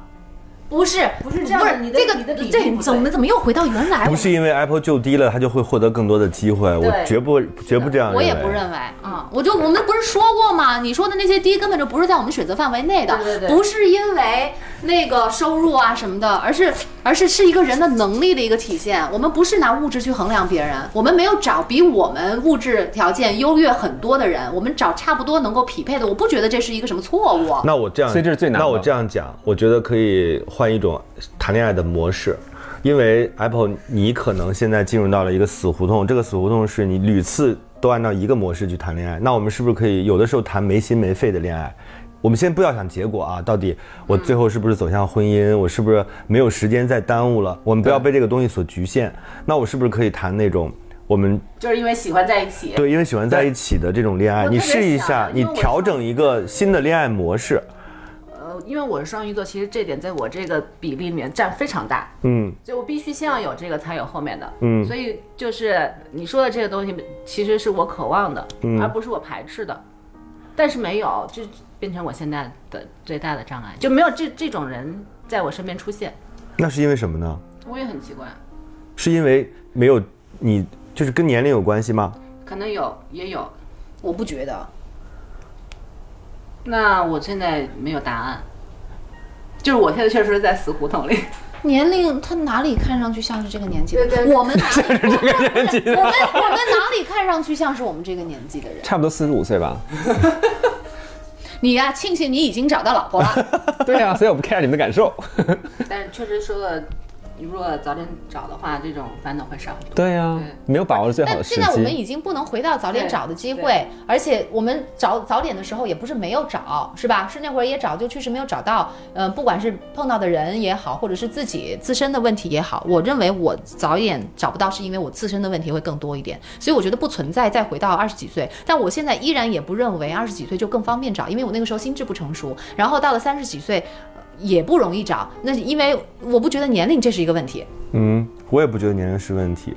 [SPEAKER 5] 不是
[SPEAKER 1] 不是这样的
[SPEAKER 5] 不是
[SPEAKER 1] 你的
[SPEAKER 5] 这个
[SPEAKER 1] 你的理
[SPEAKER 5] 这
[SPEAKER 1] 念不对
[SPEAKER 5] 怎么怎么又回到原来？
[SPEAKER 3] 不是因为 Apple 就低了，他就会获得更多的机会，我
[SPEAKER 1] 对
[SPEAKER 3] 绝不绝不这样
[SPEAKER 5] 我也
[SPEAKER 3] 认
[SPEAKER 5] 不
[SPEAKER 3] 为
[SPEAKER 5] 认为啊、我就我们不是说过吗？你说的那些低根本就不是在我们选择范围内的，
[SPEAKER 1] 对对对
[SPEAKER 5] 不是因为那个收入啊什么的，而是而是是一个人的能力的一个体现。我们不是拿物质去衡量别人，我们没有找比我们物质条件优越很多的人，我们找差不多能够匹配的。我不觉得这是一个什么错误。
[SPEAKER 3] 那我这样，
[SPEAKER 4] 所以这是最难的
[SPEAKER 3] 那我这样讲，我觉得可以换一种谈恋爱的模式，因为 Apple，你可能现在进入到了一个死胡同，这个死胡同是你屡次都按照一个模式去谈恋爱。那我们是不是可以有的时候谈没心没肺的恋爱？我们先不要想结果啊，到底我最后是不是走向婚姻，我是不是没有时间再耽误了？我们不要被这个东西所局限。那我是不是可以谈那种我们
[SPEAKER 1] 就是因为喜欢在一起。
[SPEAKER 3] 对，因为喜欢在一起的这种恋爱，
[SPEAKER 1] 我
[SPEAKER 3] 你
[SPEAKER 1] 特别
[SPEAKER 3] 试一
[SPEAKER 1] 想
[SPEAKER 3] 下，你
[SPEAKER 1] 因为我
[SPEAKER 3] 调
[SPEAKER 1] 上
[SPEAKER 3] 整一个新的恋爱模式。
[SPEAKER 1] 呃，因为我是双鱼座，其实这点在我这个比例里面占非常大，
[SPEAKER 3] 嗯
[SPEAKER 1] 所以我必须先要有这个，才有后面的。
[SPEAKER 3] 嗯
[SPEAKER 1] 所以就是你说的这个东西，其实是我渴望的，而不是我排斥的。但是没有，这变成我现在的最大的障碍，就没有这这种人在我身边出现，
[SPEAKER 3] 那是因为什么呢？
[SPEAKER 1] 我也很奇怪，
[SPEAKER 3] 是因为没有你，就是跟年龄有关系吗？
[SPEAKER 1] 可能有也有，
[SPEAKER 5] 我不觉得，
[SPEAKER 1] 那我现在没有答案，就是我现在确实是在死胡同里。
[SPEAKER 5] 年龄他哪里看上去像是这个年纪的？
[SPEAKER 1] 对对对
[SPEAKER 5] 我们哪里我们我们哪里看上去像是我们这个年纪的人？
[SPEAKER 4] 差不多四十五岁吧。
[SPEAKER 5] 你呀、庆幸你已经找到老婆了。
[SPEAKER 4] 对啊，所以我不 care 你们的感受。
[SPEAKER 1] (laughs) 但是确实说了，如果早点找的话，这种烦恼会少很多。
[SPEAKER 4] 对啊，没有把握最好
[SPEAKER 5] 但
[SPEAKER 4] 的时
[SPEAKER 5] 现在我们
[SPEAKER 4] 机。
[SPEAKER 5] 已经不能回到早点找的机
[SPEAKER 1] 对
[SPEAKER 5] 会
[SPEAKER 1] 对，
[SPEAKER 5] 而且我们找早点的时候也不是没有找，是吧？是那会儿也找，就确实没有找到。呃，不管是碰到的人也好，或者是自己自身的问题也好，我认为我早一点找不到，是因为我自身的问题会更多一点。所以我觉得不存在再回到二十几岁，但我现在依然也不认为二十几岁就更方便找，因为我那个时候心智不成熟，然后到了三十几岁。呃也不容易找，那是因为我不觉得年龄这是一个问题，
[SPEAKER 3] 嗯，我也不觉得年龄是问题，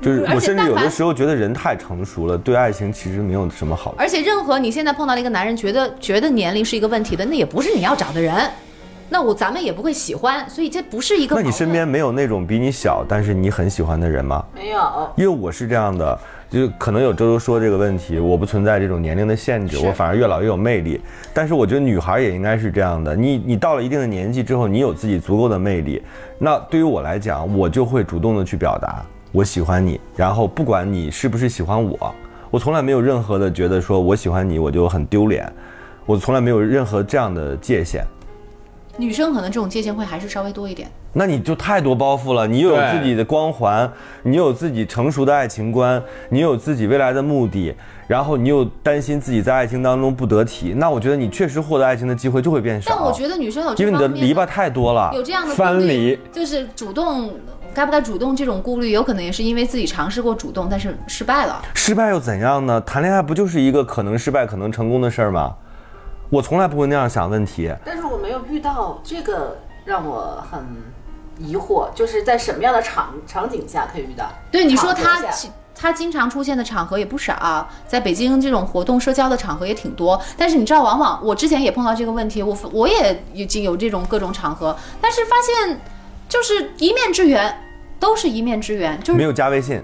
[SPEAKER 3] 就是
[SPEAKER 5] 而且
[SPEAKER 3] 我甚
[SPEAKER 5] 但
[SPEAKER 3] 至有的
[SPEAKER 5] 凡
[SPEAKER 3] 时候觉得人太成熟了，对爱情其实没有什么好。
[SPEAKER 5] 而且，任何你现在碰到了一个男人，觉得觉得年龄是一个问题的，那也不是你要找的人，那我咱们也不会喜欢，所以这不是一个。
[SPEAKER 3] 那你身？边没有那种比你小但是你很喜欢的人吗？
[SPEAKER 1] 没有，
[SPEAKER 3] 因为我是这样的，就可能有周周说这个问题，我不存在这种年龄的限制，我反而越老越有魅力。但是我觉得女孩也应该是这样的，你你到了一定的年纪之后，你有自己足够的魅力，那对于我来讲，我就会主动的去表达我喜欢你，然后不管你是不是喜欢我，我从来没有任何的觉得说我喜欢你我就很丢脸，我从来没有任何这样的界限。
[SPEAKER 5] 女生可能这种界限会还是稍微多一点。
[SPEAKER 3] 那你就太多包袱了，你又有
[SPEAKER 4] 对
[SPEAKER 3] 自己的光环，你有自己成熟的爱情观，你有自己未来的目的，然后你又担心自己在爱情当中不得体，那我觉得你确实获得爱情的机会就会变少。
[SPEAKER 5] 但我觉得女生有
[SPEAKER 3] 因
[SPEAKER 5] 这
[SPEAKER 3] 为你
[SPEAKER 5] 方
[SPEAKER 3] 的
[SPEAKER 5] 面
[SPEAKER 3] 篱笆太多了
[SPEAKER 5] 有，这样的
[SPEAKER 4] 翻
[SPEAKER 5] 顾虑
[SPEAKER 4] 篱
[SPEAKER 5] 就是主动该不该主动这种顾虑，有可能也是因为自己尝试过主动，但是失败了。
[SPEAKER 3] 失败又怎样呢？谈恋爱不就是一个可能失败、可能成功的事儿吗？我从来不会那样想问题。
[SPEAKER 1] 但是我没有遇到这个让我很疑惑，就是在什么样的场场景下可以遇到？
[SPEAKER 5] 对，你说他
[SPEAKER 1] 场合下
[SPEAKER 5] 其他经常出现的场合也不少，啊在北京这种活动社交的场合也挺多。但是你知道，往往我之前也碰到这个问题，我我也已经有这种各种场合，但是发现就是一面之缘，都是一面之缘，就
[SPEAKER 3] 没
[SPEAKER 5] 是
[SPEAKER 3] 有加微信，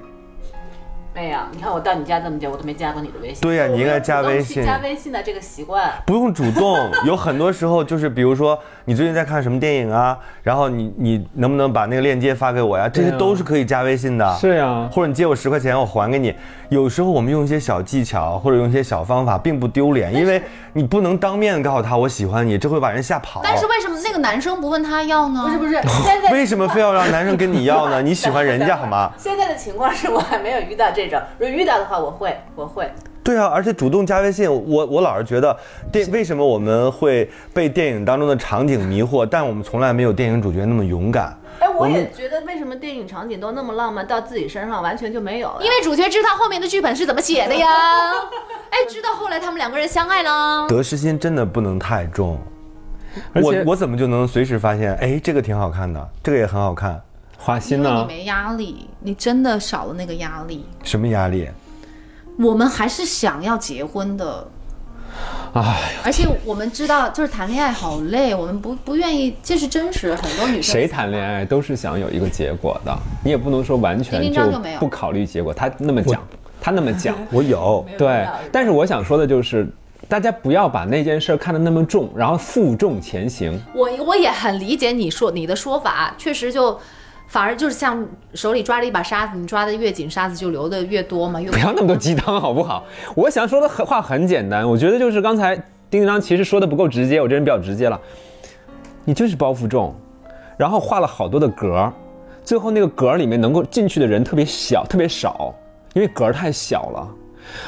[SPEAKER 1] 没有，哎你看我到你家这么久，我都没加过你的微信。
[SPEAKER 3] 对呀你应该加
[SPEAKER 1] 我没有
[SPEAKER 3] 微
[SPEAKER 1] 主动去
[SPEAKER 3] 信
[SPEAKER 1] 加微信的这个习惯，
[SPEAKER 3] 不用主动，有很多时候就是，比如说你最近在看什么电影啊，然后你你能不能把那个链接发给我呀？这些
[SPEAKER 4] 对啊
[SPEAKER 3] 都是可以加微信的。
[SPEAKER 4] 是呀，
[SPEAKER 3] 或者你借我十块钱，我还给你。有时候我们用一些小技巧，或者用一些小方法，并不丢脸，因为你不能当面告诉他我喜欢你，这会把人吓跑。
[SPEAKER 5] 但是为什么那个男生不问他要呢？
[SPEAKER 1] 不是不是，现在
[SPEAKER 3] 哦为什么非要让男生跟你要
[SPEAKER 5] (laughs)
[SPEAKER 3] 呢？你喜欢人家好吗？
[SPEAKER 1] 现在的情况是我还没有遇到这种，如果遇到的话，我会我会。
[SPEAKER 3] 对啊，而且主动加微信，我我老是觉得电为什么我们会被电影当中的场景迷惑，但我们从来没有电影主角那么勇敢。
[SPEAKER 1] 哎，我
[SPEAKER 3] 们
[SPEAKER 1] 也觉得为什么电影场景都那么浪漫，到自己身上完全就没有了。
[SPEAKER 5] 因为主角知道后面的剧本是怎么写的
[SPEAKER 1] (laughs)
[SPEAKER 5] 呀。哎，知道后来他们两个人相爱了。
[SPEAKER 3] 得失心真的不能太重。
[SPEAKER 4] 而
[SPEAKER 3] 我
[SPEAKER 4] 且
[SPEAKER 3] 我怎么就能随时发现，哎，这个挺好看的，这个也很好看，
[SPEAKER 4] 花心啊
[SPEAKER 5] 因为你
[SPEAKER 4] 呢？
[SPEAKER 5] 没压力，你真的少了那个压力。
[SPEAKER 3] 什么压力？
[SPEAKER 5] 我们还是想要结婚的，
[SPEAKER 4] 哎，
[SPEAKER 5] 而且我们知道，就是谈恋爱好累，我们不不愿意，这是真实。很多女生
[SPEAKER 4] 谁谈恋爱都是想有一个结果的，你也不能说完
[SPEAKER 5] 丁
[SPEAKER 4] 全
[SPEAKER 5] 丁张
[SPEAKER 4] 就
[SPEAKER 5] 就没有
[SPEAKER 4] 不考虑结果。他那么讲，他那么讲，
[SPEAKER 3] 我有，
[SPEAKER 4] 对，但是我想说的就是，大家不要把那件事儿看得那么重，然后负重前行。
[SPEAKER 5] 我我也很理解你说你的说法，确实就。反而就是像手里抓着一把沙子，你抓的越紧，沙子就流的越多嘛。越
[SPEAKER 4] 不要那么多鸡汤好不好？我想说的很话很简单，我觉得就是刚才丁丁张其实说的不够直接，我这人比较直接了。你就是包袱重，然后画了好多的格儿，最后那个格儿里面能够进去的人特别小，特别少，因为格儿太小了。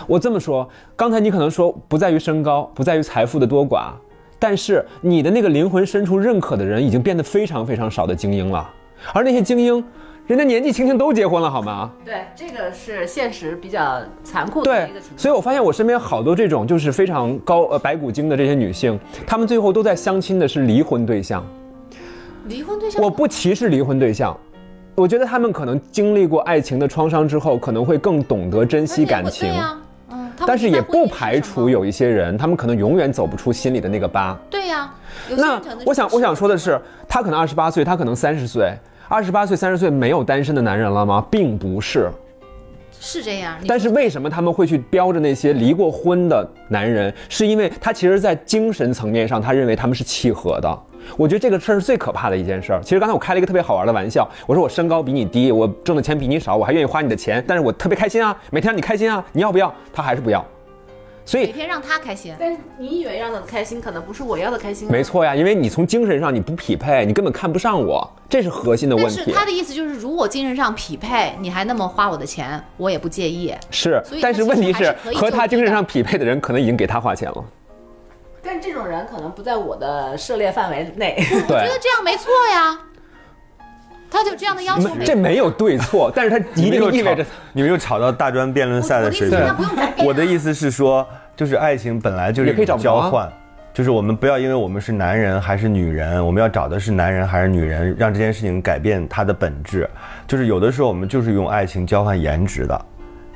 [SPEAKER 4] 我这么说，刚才你可能说不在于身高，不在于财富的多寡，但是你的那个灵魂深处认可的人已经变得非常非常少的精英了，而那些精英，人家年纪轻轻都结婚了，好吗？
[SPEAKER 1] 对，这个是现实比较残酷的
[SPEAKER 4] 对
[SPEAKER 1] 一个情，况。
[SPEAKER 4] 所以我发现我身边好多这种就是非常高呃白骨精的这些女性，她们最后都在相亲的是离婚对象。
[SPEAKER 5] 离婚对象，
[SPEAKER 4] 我不歧视离婚对象，我觉得她们可能经历过爱情的创伤之后，可能会更懂得珍惜感情
[SPEAKER 5] 对。呀、嗯，他们
[SPEAKER 4] 但是
[SPEAKER 5] 知
[SPEAKER 4] 也
[SPEAKER 5] 道婚姻
[SPEAKER 4] 不
[SPEAKER 5] 是
[SPEAKER 4] 排
[SPEAKER 5] 什么
[SPEAKER 4] 除有一些人，她们可能永远走不出心里的那个疤。
[SPEAKER 5] 对呀、有些
[SPEAKER 4] 那
[SPEAKER 5] 人可能就
[SPEAKER 4] 我想，
[SPEAKER 5] 是
[SPEAKER 4] 我想说的是，他可能二十八岁，他可能三十岁，二十八岁、三十岁没有单身的男人了吗？并不是。
[SPEAKER 5] 是这样，你
[SPEAKER 4] 但是为什么他们会去标着那些离过婚的男人？是因为他其实，在精神层面上，他认为他们是契合的。我觉得这个事儿是最可怕的一件事儿。其实刚才我开了一个特别好玩的玩笑，我说我身高比你低，我挣的钱比你少，我还愿意花你的钱，但是我特别开心啊，每天让你开心啊，你要不要？他还是不要。所
[SPEAKER 2] 每
[SPEAKER 4] 以
[SPEAKER 2] 天让他开心。
[SPEAKER 1] 但是你以为让他开心，可能不是我要的开心、
[SPEAKER 4] 没，错呀，因为你从精神上你不匹配，你根本看不上我，这是核心的问
[SPEAKER 2] 但是
[SPEAKER 4] 题。
[SPEAKER 2] 他的意思就是，如果精神上匹配，你还那么花我的钱，我也不介意。
[SPEAKER 4] 是
[SPEAKER 2] 所以，
[SPEAKER 4] 但
[SPEAKER 2] 他
[SPEAKER 4] 是
[SPEAKER 2] 其
[SPEAKER 4] 问
[SPEAKER 2] 实
[SPEAKER 4] 题
[SPEAKER 2] 还
[SPEAKER 4] 是
[SPEAKER 2] 是可以
[SPEAKER 4] 和
[SPEAKER 2] 就
[SPEAKER 4] 他
[SPEAKER 2] 医
[SPEAKER 4] 精神
[SPEAKER 2] 的
[SPEAKER 4] 上匹配的人，可能已经给他花钱了。
[SPEAKER 1] 但这种人可能不在我的涉猎范围内。
[SPEAKER 2] 觉
[SPEAKER 4] 对
[SPEAKER 2] 得，这样没错呀，他就这样的要求
[SPEAKER 4] 没
[SPEAKER 2] 没
[SPEAKER 4] 这
[SPEAKER 2] 错。
[SPEAKER 4] 没有对错，
[SPEAKER 3] (laughs)
[SPEAKER 4] 但是他
[SPEAKER 3] 你
[SPEAKER 4] 一
[SPEAKER 3] 们又
[SPEAKER 4] 定意味
[SPEAKER 3] 吵
[SPEAKER 4] 着
[SPEAKER 3] 你们又吵到大专辩论赛
[SPEAKER 2] 我
[SPEAKER 3] 的
[SPEAKER 2] 的意思
[SPEAKER 3] 水
[SPEAKER 2] 是，
[SPEAKER 3] 平。
[SPEAKER 2] 那不用改变啊。
[SPEAKER 3] 我的意思是说，就是爱情本来就是
[SPEAKER 4] 也可以
[SPEAKER 3] 一种
[SPEAKER 4] 找不着
[SPEAKER 3] 交
[SPEAKER 4] 啊
[SPEAKER 3] 换，就是我们不要因为我们是男人还是女人，我们要找的是男人还是女人，让这件事情改变它的本质。就是有的时候我们就是用爱情交换颜值的，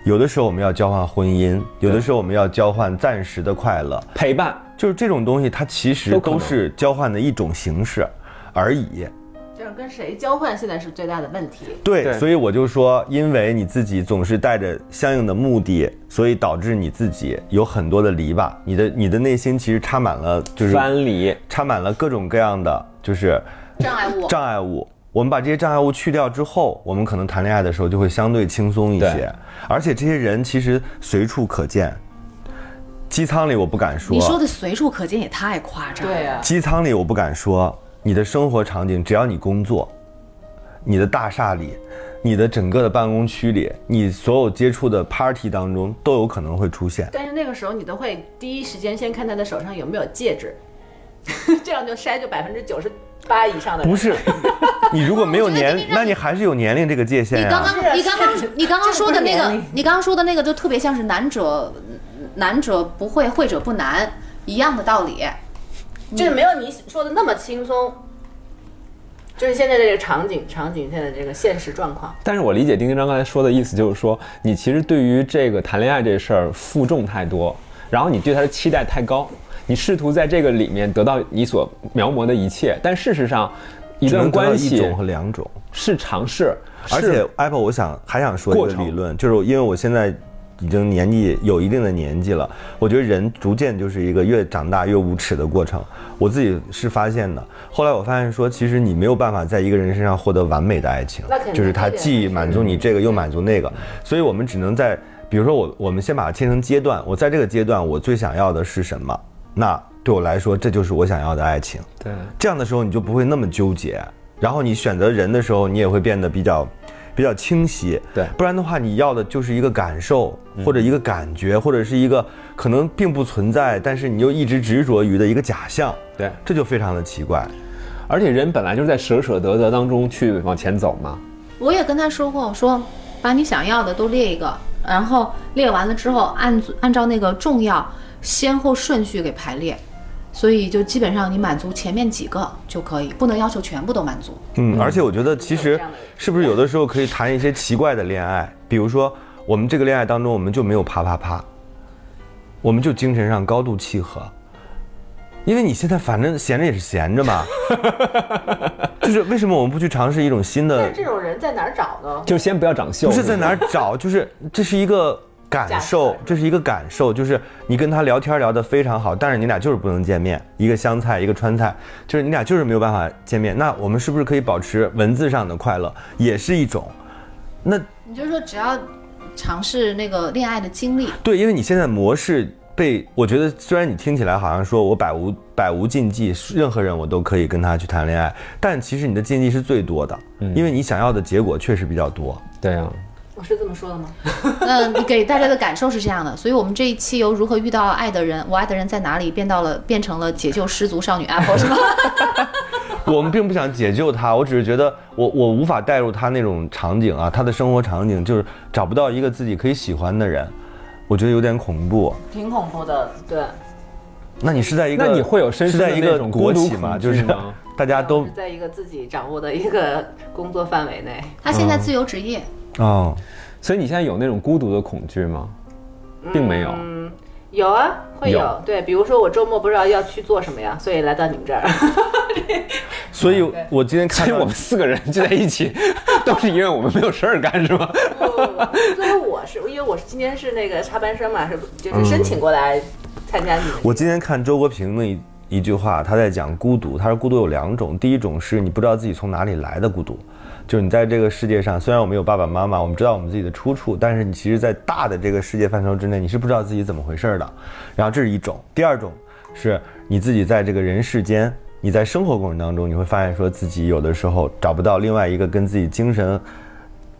[SPEAKER 3] 有的时候我们要交换婚姻，有的时候我们要交换暂时的快乐，
[SPEAKER 4] 陪伴。
[SPEAKER 3] 就是这种东西它其实
[SPEAKER 4] 都可
[SPEAKER 3] 都
[SPEAKER 4] 能
[SPEAKER 3] 是交换的一种形式而已。
[SPEAKER 1] (laughs) 就是跟谁交换，现在是最大的问题。
[SPEAKER 3] 对，
[SPEAKER 4] 对
[SPEAKER 3] 所以我就说，因为你自己总是带着相应的目的，所以导致你自己有很多的篱笆，你的你的内心其实插满了，就是
[SPEAKER 4] 藩篱，
[SPEAKER 3] 插满了各种各样的就是
[SPEAKER 2] 障碍物，
[SPEAKER 3] 障碍物。我们把这些障碍物去掉之后，我们可能谈恋爱的时候就会相对轻松一
[SPEAKER 4] 对
[SPEAKER 3] 些，而且这些人其实随处可见。机舱里我不敢
[SPEAKER 2] 你说的随处可见也太夸张了。
[SPEAKER 1] 对啊呀、
[SPEAKER 3] 机舱里我不敢说，你的生活场景，只要你工作，你的大厦里，你的整个的办公区里，你所有接触的 party 当中都有可能会出现。
[SPEAKER 1] 但是那个时候你都会第一时间先看他的手上有没有戒指， (laughs) 这样就筛就百分之九十八以上的人。
[SPEAKER 3] 不是，你如果没有
[SPEAKER 2] 我
[SPEAKER 3] 年
[SPEAKER 2] 觉得这，个让
[SPEAKER 3] 那你还是有年龄这个界限啊呀、
[SPEAKER 5] 你刚刚，你刚
[SPEAKER 1] 是
[SPEAKER 5] 刚，你刚刚说的那
[SPEAKER 1] 这不是
[SPEAKER 5] 个
[SPEAKER 1] 年龄，
[SPEAKER 5] 你刚刚说的那个，就特别像是难者难者不会，会者不难一样的道理。
[SPEAKER 1] 就是没有你说的那么轻松。就是现在这个场景，场景现在这个现实状况，
[SPEAKER 4] 但是我理解丁丁章刚才说的意思，就是说你其实对于这个谈恋爱这事儿负重太多，然后你对他的期待太高，你试图在这个里面得到你所描摹的一切，但事实上，一
[SPEAKER 3] 只
[SPEAKER 4] 段
[SPEAKER 3] 能得到
[SPEAKER 4] 关
[SPEAKER 3] 一
[SPEAKER 4] 系
[SPEAKER 3] 种和两种。
[SPEAKER 4] 是尝试，
[SPEAKER 3] 而
[SPEAKER 4] 是
[SPEAKER 3] 且 Apple，我想还想说一
[SPEAKER 4] 过
[SPEAKER 3] 个
[SPEAKER 4] 程
[SPEAKER 3] 理论，就是因为我现在已经年纪有一定的年纪了，我觉得人逐渐就是一个越长大越无耻的过程。我自己是发现的，后来我发现说，其实你没有办法在一个人身上获得完美的爱情
[SPEAKER 1] 那肯，定
[SPEAKER 3] 就是他
[SPEAKER 1] 这点
[SPEAKER 3] 既满足你这个又满足那个，所以我们只能在，比如说我我们先把它切成阶段，我在这个阶段我最想要的是什么？那对我来说，这就是我想要的爱情。
[SPEAKER 4] 对
[SPEAKER 3] 这样的时候你就不会那么纠结，然后你选择人的时候，你也会变得比较比较清晰。
[SPEAKER 4] 对
[SPEAKER 3] 不然的话，你要的就是一个感受，或者一个感觉，或者是一个可能并不存在，但是你又一直执着于的一个假象，
[SPEAKER 4] 对，
[SPEAKER 3] 这就非常的奇怪。
[SPEAKER 4] 而且人本来就是在舍舍得得当中去往前走嘛，
[SPEAKER 5] 我也跟他说过，我说把你想要的都列一个，然后列完了之后按按照那个重要先后顺序给排列，所以就基本上你满足前面几个就可以，不能要求全部都满足。
[SPEAKER 3] 嗯，而且我觉得其
[SPEAKER 1] 有
[SPEAKER 3] 实
[SPEAKER 1] 这样的人
[SPEAKER 3] 是不是有的时候可以谈一些奇怪的恋爱，比如说我们这个恋爱当中我们就没有啪啪啪，我们就精神上高度契合，因为你现在反正闲着也是闲着
[SPEAKER 1] (laughs)
[SPEAKER 3] 嘛，就是为什么我们不去尝试一种新的
[SPEAKER 1] 但，这种人在哪儿找呢？
[SPEAKER 4] 就先不要长袖，
[SPEAKER 3] 不是在哪儿找，就是这是一个。感受
[SPEAKER 1] 假设，
[SPEAKER 3] 这是一个感受，就是你跟他聊天聊得非常好，但是你俩就是不能见面，一个湘菜，一个川菜，就是你俩就是没有办法见面。那我们是不是可以保持文字上的快乐，也是一种？那
[SPEAKER 5] 你就说只要尝试那个恋爱的经历，
[SPEAKER 3] 对，因为你现在模式被，我觉得虽然你听起来好像说我百无百无禁忌，任何人我都可以跟他去谈恋爱，但其实你的禁忌是最多的，因为你想要的结果确实比较多。
[SPEAKER 4] 对啊，
[SPEAKER 1] 我是这么说的吗？
[SPEAKER 2] (laughs)
[SPEAKER 5] 嗯，你给大家的感受是这样的，所以我们这一期由如何遇到爱的人，我爱的人在哪里，变到了变成了解救失足少女 Apple 是
[SPEAKER 2] (laughs)
[SPEAKER 5] 吗？
[SPEAKER 3] (laughs) 我们并不想解救他，我只是觉得我我无法带入他那种场景啊，他的生活场景就是找不到一个自己可以喜欢的人，我觉得有点恐怖。
[SPEAKER 1] 挺恐怖的，对，
[SPEAKER 3] 那你是在一个
[SPEAKER 4] 那你会有深
[SPEAKER 3] 是
[SPEAKER 4] 深
[SPEAKER 3] 在
[SPEAKER 4] 的
[SPEAKER 3] 一
[SPEAKER 4] 那
[SPEAKER 3] 个
[SPEAKER 4] 种
[SPEAKER 3] 国
[SPEAKER 4] 孤独
[SPEAKER 3] 企嘛，
[SPEAKER 4] 恐
[SPEAKER 3] 就是 (laughs)
[SPEAKER 4] 惧吗？
[SPEAKER 3] 大家都
[SPEAKER 1] 是在一个自己掌握的一个工作范围内，
[SPEAKER 5] 他现在自由职 (laughs) 业，
[SPEAKER 3] 哦，
[SPEAKER 4] 所以你现在有那种孤独的恐惧吗？并没有，
[SPEAKER 1] 有啊，会有
[SPEAKER 4] 有
[SPEAKER 1] 对，比如说我周末不知道要去做什么呀，所以来到你们
[SPEAKER 3] (laughs)
[SPEAKER 1] 这儿。
[SPEAKER 3] 所以我今天看
[SPEAKER 4] 所以
[SPEAKER 3] 到
[SPEAKER 4] 我们四个人聚在一起，都是因为我们没有事儿干，是吗？
[SPEAKER 1] 所以我是因为我是今天是那个插班生嘛，是就是申请过来参加你们。
[SPEAKER 3] 嗯我今天看周国平的一一句话，他在讲孤独。他说孤独有两种，第一种是你不知道自己从哪里来的孤独，就是你在这个世界上，虽然我们有爸爸妈妈，我们知道我们自己的出处，但是你其实，在大的这个世界范畴之内，你是不知道自己怎么回事儿的。然后这是一种，第二种是你自己在这个人世间，你在生活过程当中，你会发现说自己有的时候找不到另外一个跟自己精神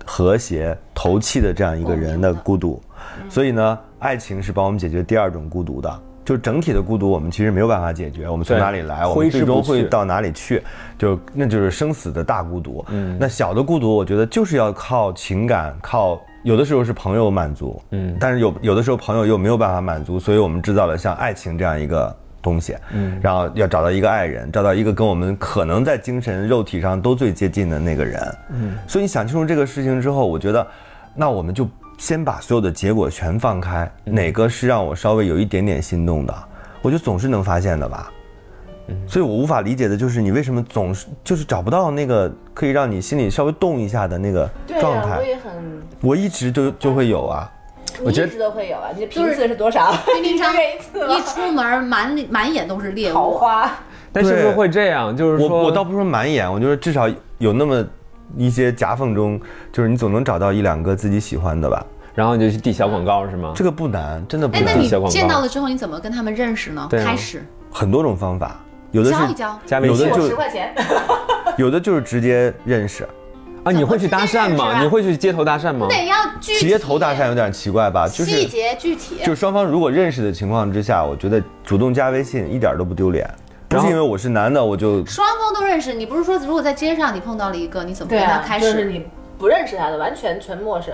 [SPEAKER 3] 和谐、投契的这样一个人的孤独。所以呢，爱情是帮我们解决第二种孤独的。就整体的孤独，我们其实没有办法解决。我们从
[SPEAKER 4] 对
[SPEAKER 3] 哪里来，我
[SPEAKER 4] 挥
[SPEAKER 3] 们
[SPEAKER 4] 之
[SPEAKER 3] 最终
[SPEAKER 4] 不去
[SPEAKER 3] 会到哪里去，就那就是生死的大孤独。那小的孤独，我觉得就是要靠情感，靠有的时候是朋友满足，嗯，但是有有的时候朋友又没有办法满足，所以我们制造了像爱情这样一个东西，嗯，然后要找到一个爱人，找到一个跟我们可能在精神、肉体上都最接近的那个人，嗯，所以你想清楚这个事情之后，我觉得，那我们就先把所有的结果全放开，哪个是让我稍微有一点点心动的，我就总是能发现的吧。
[SPEAKER 4] 嗯
[SPEAKER 3] 所以我无法理解的就是你为什么总是就是找不到那个可以让你心里稍微动一下的那个
[SPEAKER 2] 啊
[SPEAKER 3] 状态。
[SPEAKER 1] 啊也很，
[SPEAKER 3] 我一直就就会有啊，
[SPEAKER 1] 我
[SPEAKER 4] 觉得
[SPEAKER 1] 直都会有啊。你这频次是多少？
[SPEAKER 2] 平常
[SPEAKER 1] 这一次
[SPEAKER 2] 一出门满里满眼都是猎
[SPEAKER 1] 桃
[SPEAKER 2] 物，
[SPEAKER 1] (laughs) 花，
[SPEAKER 4] 但是不是
[SPEAKER 3] 对
[SPEAKER 4] 会这样？就是说，
[SPEAKER 3] 我我倒不是说满眼，我就是至少有那么一些夹缝中，就是你总能找到一两个自己喜欢的吧。
[SPEAKER 4] 然后你就去递小广告是吗？
[SPEAKER 3] 这个不难，真的不
[SPEAKER 2] 哎，那
[SPEAKER 3] 难，
[SPEAKER 2] 你
[SPEAKER 4] 小广告
[SPEAKER 2] 见到了之后，你怎么跟他们认识呢？
[SPEAKER 4] 对啊
[SPEAKER 2] 开始
[SPEAKER 3] 很多种方法，有的
[SPEAKER 2] 教一
[SPEAKER 3] 是
[SPEAKER 2] 教，
[SPEAKER 4] 加微
[SPEAKER 3] 有
[SPEAKER 4] 信
[SPEAKER 3] 的就
[SPEAKER 1] 十块钱。
[SPEAKER 3] 有的就是直接认识，
[SPEAKER 4] 啊，你会去搭讪
[SPEAKER 2] 怎么去认识
[SPEAKER 4] 吗？
[SPEAKER 2] 啊
[SPEAKER 4] 你会去街头搭讪吗？
[SPEAKER 2] 得要具体
[SPEAKER 3] 街头搭讪有点奇怪吧？就是
[SPEAKER 2] 细节具体。
[SPEAKER 3] 就是双方如果认识的情况之下，我觉得主动加微信一点都不丢脸，不
[SPEAKER 4] 然
[SPEAKER 3] 是
[SPEAKER 4] 后
[SPEAKER 3] 因为我是男的我就
[SPEAKER 2] 双方都认识，你不是说如果在街上你碰到了一个，你怎么
[SPEAKER 1] 对
[SPEAKER 2] 跟他
[SPEAKER 1] 啊，
[SPEAKER 2] 开
[SPEAKER 1] 就是
[SPEAKER 2] 始？
[SPEAKER 1] 你不认识他的，完全纯陌生。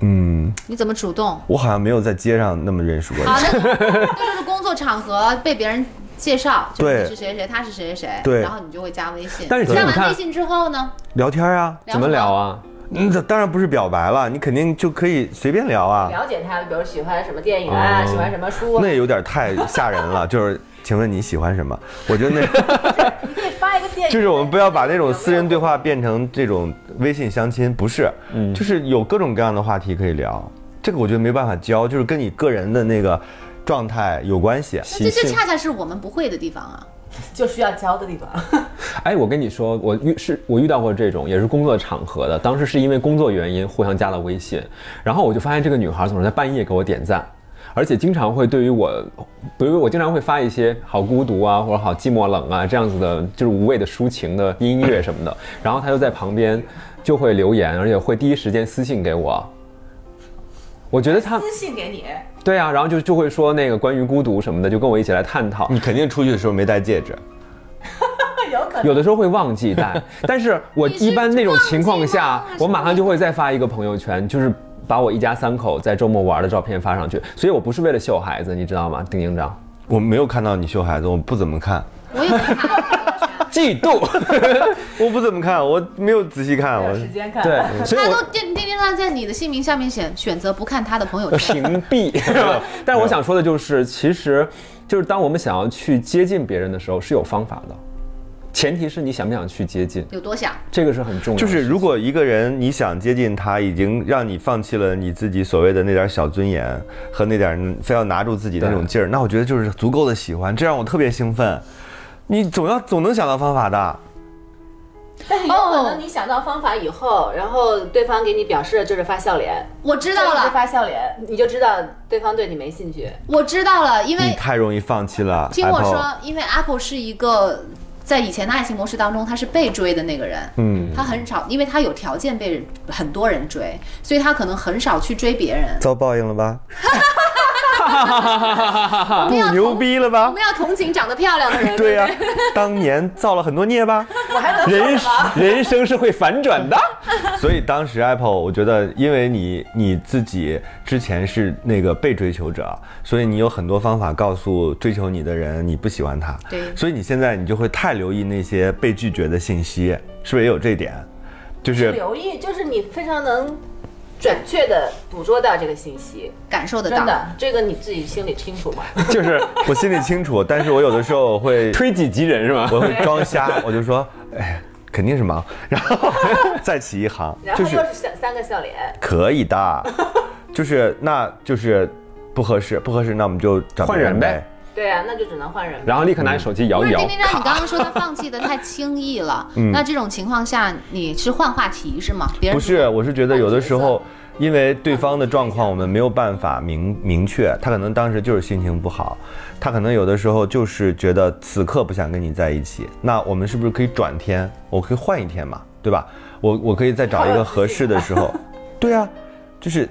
[SPEAKER 3] 嗯。
[SPEAKER 2] 你怎么主动？
[SPEAKER 3] 我好像没有在街上那么认识过人
[SPEAKER 2] 啊，。那那就是工作场合被别人介绍，就是
[SPEAKER 3] 对
[SPEAKER 2] 你是谁谁，他是谁谁谁，
[SPEAKER 3] 对
[SPEAKER 2] 然后你就会加微信。
[SPEAKER 4] 但是其实
[SPEAKER 2] 加
[SPEAKER 4] 你看
[SPEAKER 2] 完微信之后呢，
[SPEAKER 3] 聊天啊，
[SPEAKER 2] 聊
[SPEAKER 4] 怎么
[SPEAKER 2] 什
[SPEAKER 4] 聊？啊？
[SPEAKER 3] 嗯，这当然不是表白了，你肯定就可以随便聊啊。
[SPEAKER 1] 了解他，比如喜欢什么电影啊，
[SPEAKER 4] 哦
[SPEAKER 1] 喜欢什么书啊
[SPEAKER 3] 那，也有点太吓人 (laughs) 了，就是，请问你喜欢什么？我觉得 (laughs) 那
[SPEAKER 1] 你可以发一个电影。
[SPEAKER 3] 就是我们不要把那种私人对话变成这种微信相亲，不是，就是有各种各样的话题可以聊。这个我觉得没办法教，就是跟你个人的那个状态有关系。
[SPEAKER 2] 这
[SPEAKER 4] 习
[SPEAKER 2] 这
[SPEAKER 4] 性。
[SPEAKER 2] 恰恰是我们不会的地方啊。
[SPEAKER 1] 就需要教的地方。 (laughs)
[SPEAKER 4] 哎，我跟你说，我遇是我遇到过这种，也是工作场合的。当时是因为工作原因互相加了微信，然后我就发现这个女孩总是在半夜给我点赞，而且经常会对于我，对于我经常会发一些“好孤独”啊，或者“好寂寞冷啊”这样子的，就是无谓的抒情的音乐什么的。然后她就在旁边就会留言，而且会第一时间私信给我。我觉得她
[SPEAKER 1] 私信给你，
[SPEAKER 4] 对啊，然后就就会说那个关于孤独什么的，就跟我一起来探讨。
[SPEAKER 3] 你肯定出去的时候没戴戒指，
[SPEAKER 1] 有可能
[SPEAKER 4] 有的时候会忘记带，
[SPEAKER 2] (laughs)
[SPEAKER 4] 但是我
[SPEAKER 2] 你是
[SPEAKER 4] 一般那种情况下
[SPEAKER 2] 忘记吗，
[SPEAKER 4] 我马上就会再发一个朋友圈，就是把我一家三口在周末玩的照片发上去。所以我不是为了秀孩子，你知道吗，丁丁长？
[SPEAKER 3] 我没有看到你秀孩子，我不怎么看，
[SPEAKER 2] 我也没看过朋友圈，
[SPEAKER 4] 嫉
[SPEAKER 2] (laughs)
[SPEAKER 4] 妒，
[SPEAKER 3] 我不怎么看，我没有仔细看，
[SPEAKER 1] 没
[SPEAKER 3] 我
[SPEAKER 1] 有时间看。
[SPEAKER 4] 对， (laughs) 所以
[SPEAKER 2] 他都
[SPEAKER 4] 我
[SPEAKER 2] 叮叮叮当在你的姓名下面选选择不看他的朋友
[SPEAKER 4] (laughs)
[SPEAKER 2] 圈。
[SPEAKER 4] 屏
[SPEAKER 2] (laughs)
[SPEAKER 4] 蔽。但是我想说的就是，其实就是当我们想要去接近别人的时候，是有方法的，前提是你想不想去接近，
[SPEAKER 2] 有多想？
[SPEAKER 4] 这个是很重要的
[SPEAKER 3] 就
[SPEAKER 4] 事情。
[SPEAKER 3] 是如果一个人你想接近他，已经让你放弃了你自己所谓的那点小尊严和那点非要拿住自己的那种劲儿，那我觉得就是足够的喜欢，这让我特别兴奋。你总要总能想到方法的，
[SPEAKER 1] 但是有可
[SPEAKER 2] 哦
[SPEAKER 1] 能你想到方法以后，然后对方给你表示就是发笑脸，
[SPEAKER 2] 我知道
[SPEAKER 1] 就是
[SPEAKER 2] 了，
[SPEAKER 1] 发笑脸，你就知道对方对你没兴趣。
[SPEAKER 2] 我知道了，因
[SPEAKER 3] 你
[SPEAKER 4] 嗯
[SPEAKER 2] 为
[SPEAKER 3] 太容易放弃了。
[SPEAKER 2] 听我
[SPEAKER 3] Apple
[SPEAKER 2] 说，因为 Apple 是一个在以前的爱情模式当中，他是被追的那个人。
[SPEAKER 3] 嗯，
[SPEAKER 2] 他很少，因为他有条件被人很多人追，所以他可能很少去追别人。
[SPEAKER 3] 遭报应了吧？
[SPEAKER 2] 不
[SPEAKER 3] 不牛逼了
[SPEAKER 2] 我
[SPEAKER 3] 吧？
[SPEAKER 2] 们要同情长得漂亮的人。
[SPEAKER 3] (laughs) 对呀、当年造了很多孽吧？
[SPEAKER 1] 我还能
[SPEAKER 4] 人人生是会反转的。
[SPEAKER 1] (laughs)
[SPEAKER 3] 所以当时 Apple，我觉得，因为你你自己之前是那个被追求者，所以你有很多方法告诉追求你的人你不喜欢他。
[SPEAKER 2] 对
[SPEAKER 3] 所以你现在你就会太留意那些被拒绝的信息，是不是也有这点？就是
[SPEAKER 1] 留意，就是你非常能准确的捕捉到这个信息，
[SPEAKER 2] 感受得
[SPEAKER 1] 真
[SPEAKER 2] 到。
[SPEAKER 1] 的，这个你自己心里清楚嘛。
[SPEAKER 3] (laughs) 就是我心里清楚，但是我有的时候会
[SPEAKER 1] (laughs)
[SPEAKER 4] 推己及人是吗？
[SPEAKER 3] 我会装瞎，我就说，哎，肯定是忙，然后再起一行，
[SPEAKER 1] (laughs) 然后
[SPEAKER 3] 就
[SPEAKER 1] 又
[SPEAKER 3] 是
[SPEAKER 1] 是三三个笑脸，
[SPEAKER 3] 可以的，就是那就是不合适，不合适，那我们就找别
[SPEAKER 4] 换人呗。
[SPEAKER 1] 对啊，那就只能换人呗。
[SPEAKER 4] 然后立刻拿起手机摇
[SPEAKER 5] 不
[SPEAKER 4] 一
[SPEAKER 5] 是
[SPEAKER 4] 摇
[SPEAKER 5] 丁，丁让你刚刚说他放弃的太轻
[SPEAKER 3] (laughs)
[SPEAKER 5] 易了，那这种情况下你是换话题是吗？别人
[SPEAKER 3] 嗯不是，我是觉得有的时候，因为对方的状况我们没有办法明明确，他可能当时就是心情不好，他可能有的时候就是觉得此刻不想跟你在一起，那我们是不是可以转天？我可以换一天嘛，对吧？我我可以再找一个合适的时
[SPEAKER 5] (laughs)
[SPEAKER 3] 候。对啊，就是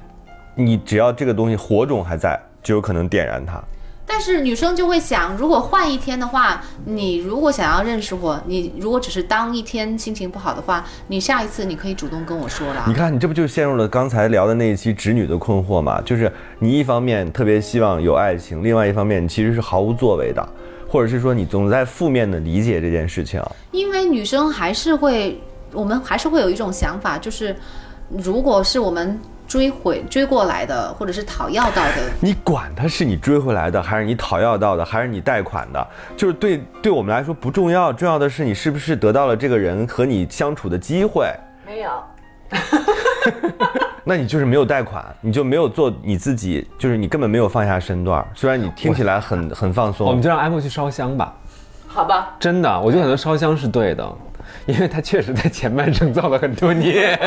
[SPEAKER 3] 你只要这个东西火种还在，就有可能点燃它。
[SPEAKER 5] 但是女生就会想，如果换一天的话，你如果想要认识我，你如果只是当一天心情不好的话，你下一次你可以主动跟我说了
[SPEAKER 3] 你。看，你这不就陷入了刚才聊的那一期直女的困惑吗？就是你一方面特别希望有爱情，另外一方面你其实是毫无作为的，或者是说你总在负面的理解这件事情。
[SPEAKER 5] 因为女生还是会，我们还是会有一种想法，就是如果是我们追回追过来的，或者是讨要到的，
[SPEAKER 3] 你管他是你追回来的，还是你讨要到的，还是你贷款的，就是对对我们来说不重要，重要的是你是不是得到了这个人和你相处的机会。
[SPEAKER 1] 没有，
[SPEAKER 3] 那你就是没有贷款，你就没有做你自己，就是你根本没有放下身段。虽然你听起来很很放松，
[SPEAKER 4] 我们就让 Apple 去烧香吧。
[SPEAKER 1] 好吧，
[SPEAKER 4] 真的，我觉得很多烧香是对的，因为他确实在前半生造了很多孽，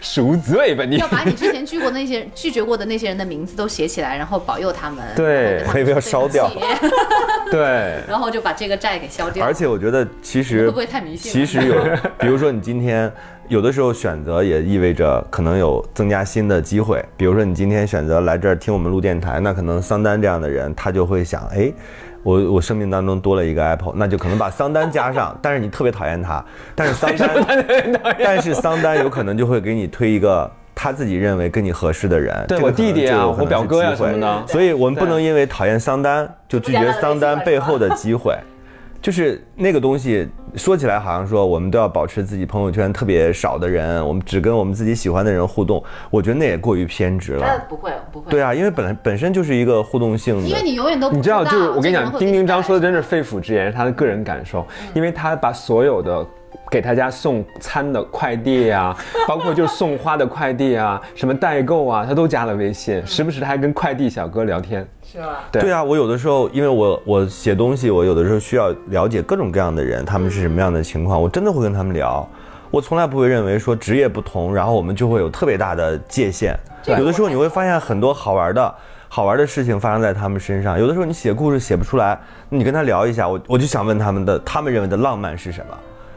[SPEAKER 4] 赎罪吧你
[SPEAKER 5] 要。把你之前拒过那些 (laughs) 拒绝过的那些人的名字都写起来，然后保佑他们，
[SPEAKER 4] (laughs) 对
[SPEAKER 3] 我以为要烧掉。
[SPEAKER 4] 对，
[SPEAKER 5] 然后就把这个债给消掉
[SPEAKER 3] 而。且我觉得，其实
[SPEAKER 5] 会不会太迷信
[SPEAKER 3] 其
[SPEAKER 5] 了
[SPEAKER 3] 实
[SPEAKER 5] (laughs)
[SPEAKER 3] 有，比如说你今天有的时候选择也意味着可能有增加新的机会。比如说你今天选择来这儿听我们录电台，那可能桑丹这样的人，他就会想，哎。我我生命当中多了一个 Apple，那就可能把桑丹加
[SPEAKER 5] (laughs)
[SPEAKER 3] 上，但是你特别讨厌他，但是桑丹，但是桑丹有可能就会给你推一个他自己认为跟你合适的人，
[SPEAKER 4] 对
[SPEAKER 3] 这个
[SPEAKER 4] 我
[SPEAKER 3] 可能
[SPEAKER 4] 弟弟
[SPEAKER 3] 就
[SPEAKER 4] 啊，
[SPEAKER 3] 有可能
[SPEAKER 4] 我表
[SPEAKER 3] 是
[SPEAKER 4] 哥呀
[SPEAKER 3] 机
[SPEAKER 4] 什么
[SPEAKER 3] 会
[SPEAKER 4] 的，
[SPEAKER 3] 所以我们不
[SPEAKER 4] 对
[SPEAKER 3] 能因为讨厌桑丹就拒绝桑丹背后的机会。就是那个东西，说起来好像说我们都要保持自己朋友圈特别少的人，我们只跟我们自己喜欢的人互动，我觉得那也过于偏执
[SPEAKER 1] 那
[SPEAKER 3] 了。
[SPEAKER 1] 不会不会。
[SPEAKER 3] 对啊，因为本来本身就是一个互动性
[SPEAKER 5] 因为
[SPEAKER 3] 的，
[SPEAKER 5] 你永远都不
[SPEAKER 4] 你知道，就是我跟你讲，丁丁
[SPEAKER 5] 张
[SPEAKER 4] 张说的真是肺腑之言，是他的个人感受，
[SPEAKER 1] 嗯
[SPEAKER 4] 因为他把所有的。给他家送餐的快递
[SPEAKER 1] (laughs)
[SPEAKER 4] 啊，包括就是送花的快递啊，什么代购啊，他都加了微信，时不时他还跟快递小哥聊天。
[SPEAKER 1] 是吧？
[SPEAKER 4] 对
[SPEAKER 3] 对啊，我有的时候因为我我写东西，我有的时候需要了解各种各样的人，他们是什么样的情况，我真的会跟他们聊。我从来不会认为说职业不同，然后我们就会有特别大的界限。
[SPEAKER 1] 对
[SPEAKER 3] 有的时候你会发现很多好玩的。好玩的事情发生在他们身上，有的时候你写故事写不出来，你跟他聊一下，我我就想问他们的，他们认为的浪漫是什么？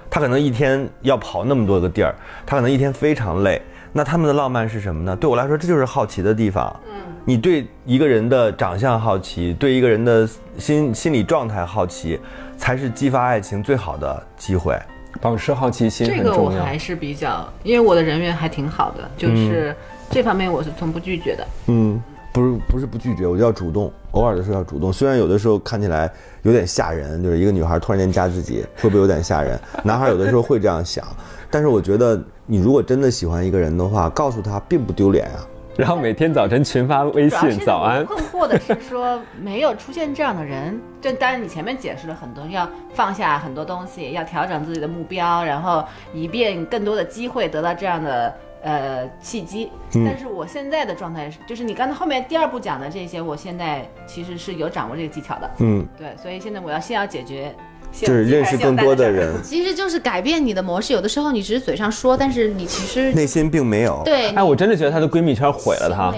[SPEAKER 3] 他可能一天要跑那么多个地儿，他可能一天非常累，那他们的浪漫是什么呢？对我来说，这就是好奇的地方。嗯，你对一个人的长相好奇，对一个人的心心理状态好奇，才是激发爱情最好的机会。
[SPEAKER 4] 保持好奇心
[SPEAKER 1] 这
[SPEAKER 4] 很
[SPEAKER 1] 个我
[SPEAKER 4] 重要。
[SPEAKER 1] 还是比较，因为我的人缘还挺好的，就是这方面我是从不拒绝的。
[SPEAKER 3] 嗯，不是不是不拒绝，我就要主动，偶尔的时候要主动。虽然有的时候看起来有点吓人，就是一个女孩突然间加自己，会不会有点吓人？男孩有的时候会这样想，但是我觉得你如果真的喜欢一个人的话，告诉他并不丢脸啊。
[SPEAKER 4] 然后每天早晨群发微
[SPEAKER 1] 主要
[SPEAKER 4] 信
[SPEAKER 1] 现在
[SPEAKER 4] 早安
[SPEAKER 1] 我，困惑的是说，没有出现这样的人。这当然，你前面解释了很多，要放下很多东西，要调整自己的目标，然后以便更多的机会得到这样的呃契机。
[SPEAKER 3] 嗯
[SPEAKER 1] 但是我现在的状态是，就是你刚才后面第二步讲的这些，我现在其实是有掌握这个技巧的。
[SPEAKER 3] 嗯，
[SPEAKER 1] 对，所以现在我要先要解决，就
[SPEAKER 3] 就是认识更多的人，
[SPEAKER 5] 其实就是改变你的模式，有的时候你只是嘴上说，但是你其实
[SPEAKER 3] 内心并没有。
[SPEAKER 5] 对
[SPEAKER 4] 哎，我真的觉得她的闺蜜圈毁了她。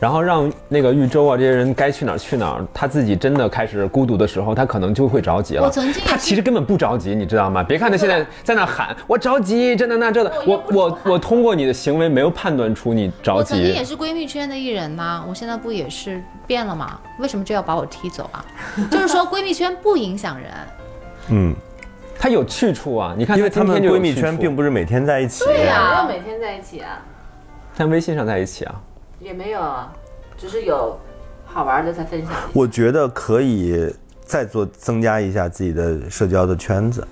[SPEAKER 4] 然后让那个豫州啊这些人该去哪儿去哪儿，她自己真的开始孤独的时候，她可能就会着急了。
[SPEAKER 5] 我曾经也
[SPEAKER 4] 她
[SPEAKER 5] 是
[SPEAKER 4] 其实根本不着急，你知道吗？别看她现在在那喊我着急，这那那这的，我我我通过你的行为没有判断出你着
[SPEAKER 5] 我曾经
[SPEAKER 4] 急
[SPEAKER 5] 也。是闺蜜圈的艺人呐、我现在不也是变了吗？为什么就要把我踢走啊？就是说闺蜜圈不影响人，
[SPEAKER 3] 嗯，
[SPEAKER 4] 她有去处啊，你看
[SPEAKER 3] 因
[SPEAKER 4] 她
[SPEAKER 3] 为她
[SPEAKER 4] 今天
[SPEAKER 3] 们
[SPEAKER 4] 就有
[SPEAKER 3] 闺蜜
[SPEAKER 4] 去
[SPEAKER 3] 圈
[SPEAKER 4] 处
[SPEAKER 3] 并不是每天在一起。
[SPEAKER 1] 对呀、
[SPEAKER 5] 啊
[SPEAKER 1] 没有每天在一起啊，
[SPEAKER 4] 在微信上在一起啊。
[SPEAKER 1] 也没有啊，只是有好玩的才分享。
[SPEAKER 3] 我觉得可以再做增加一下自己的社交的圈子，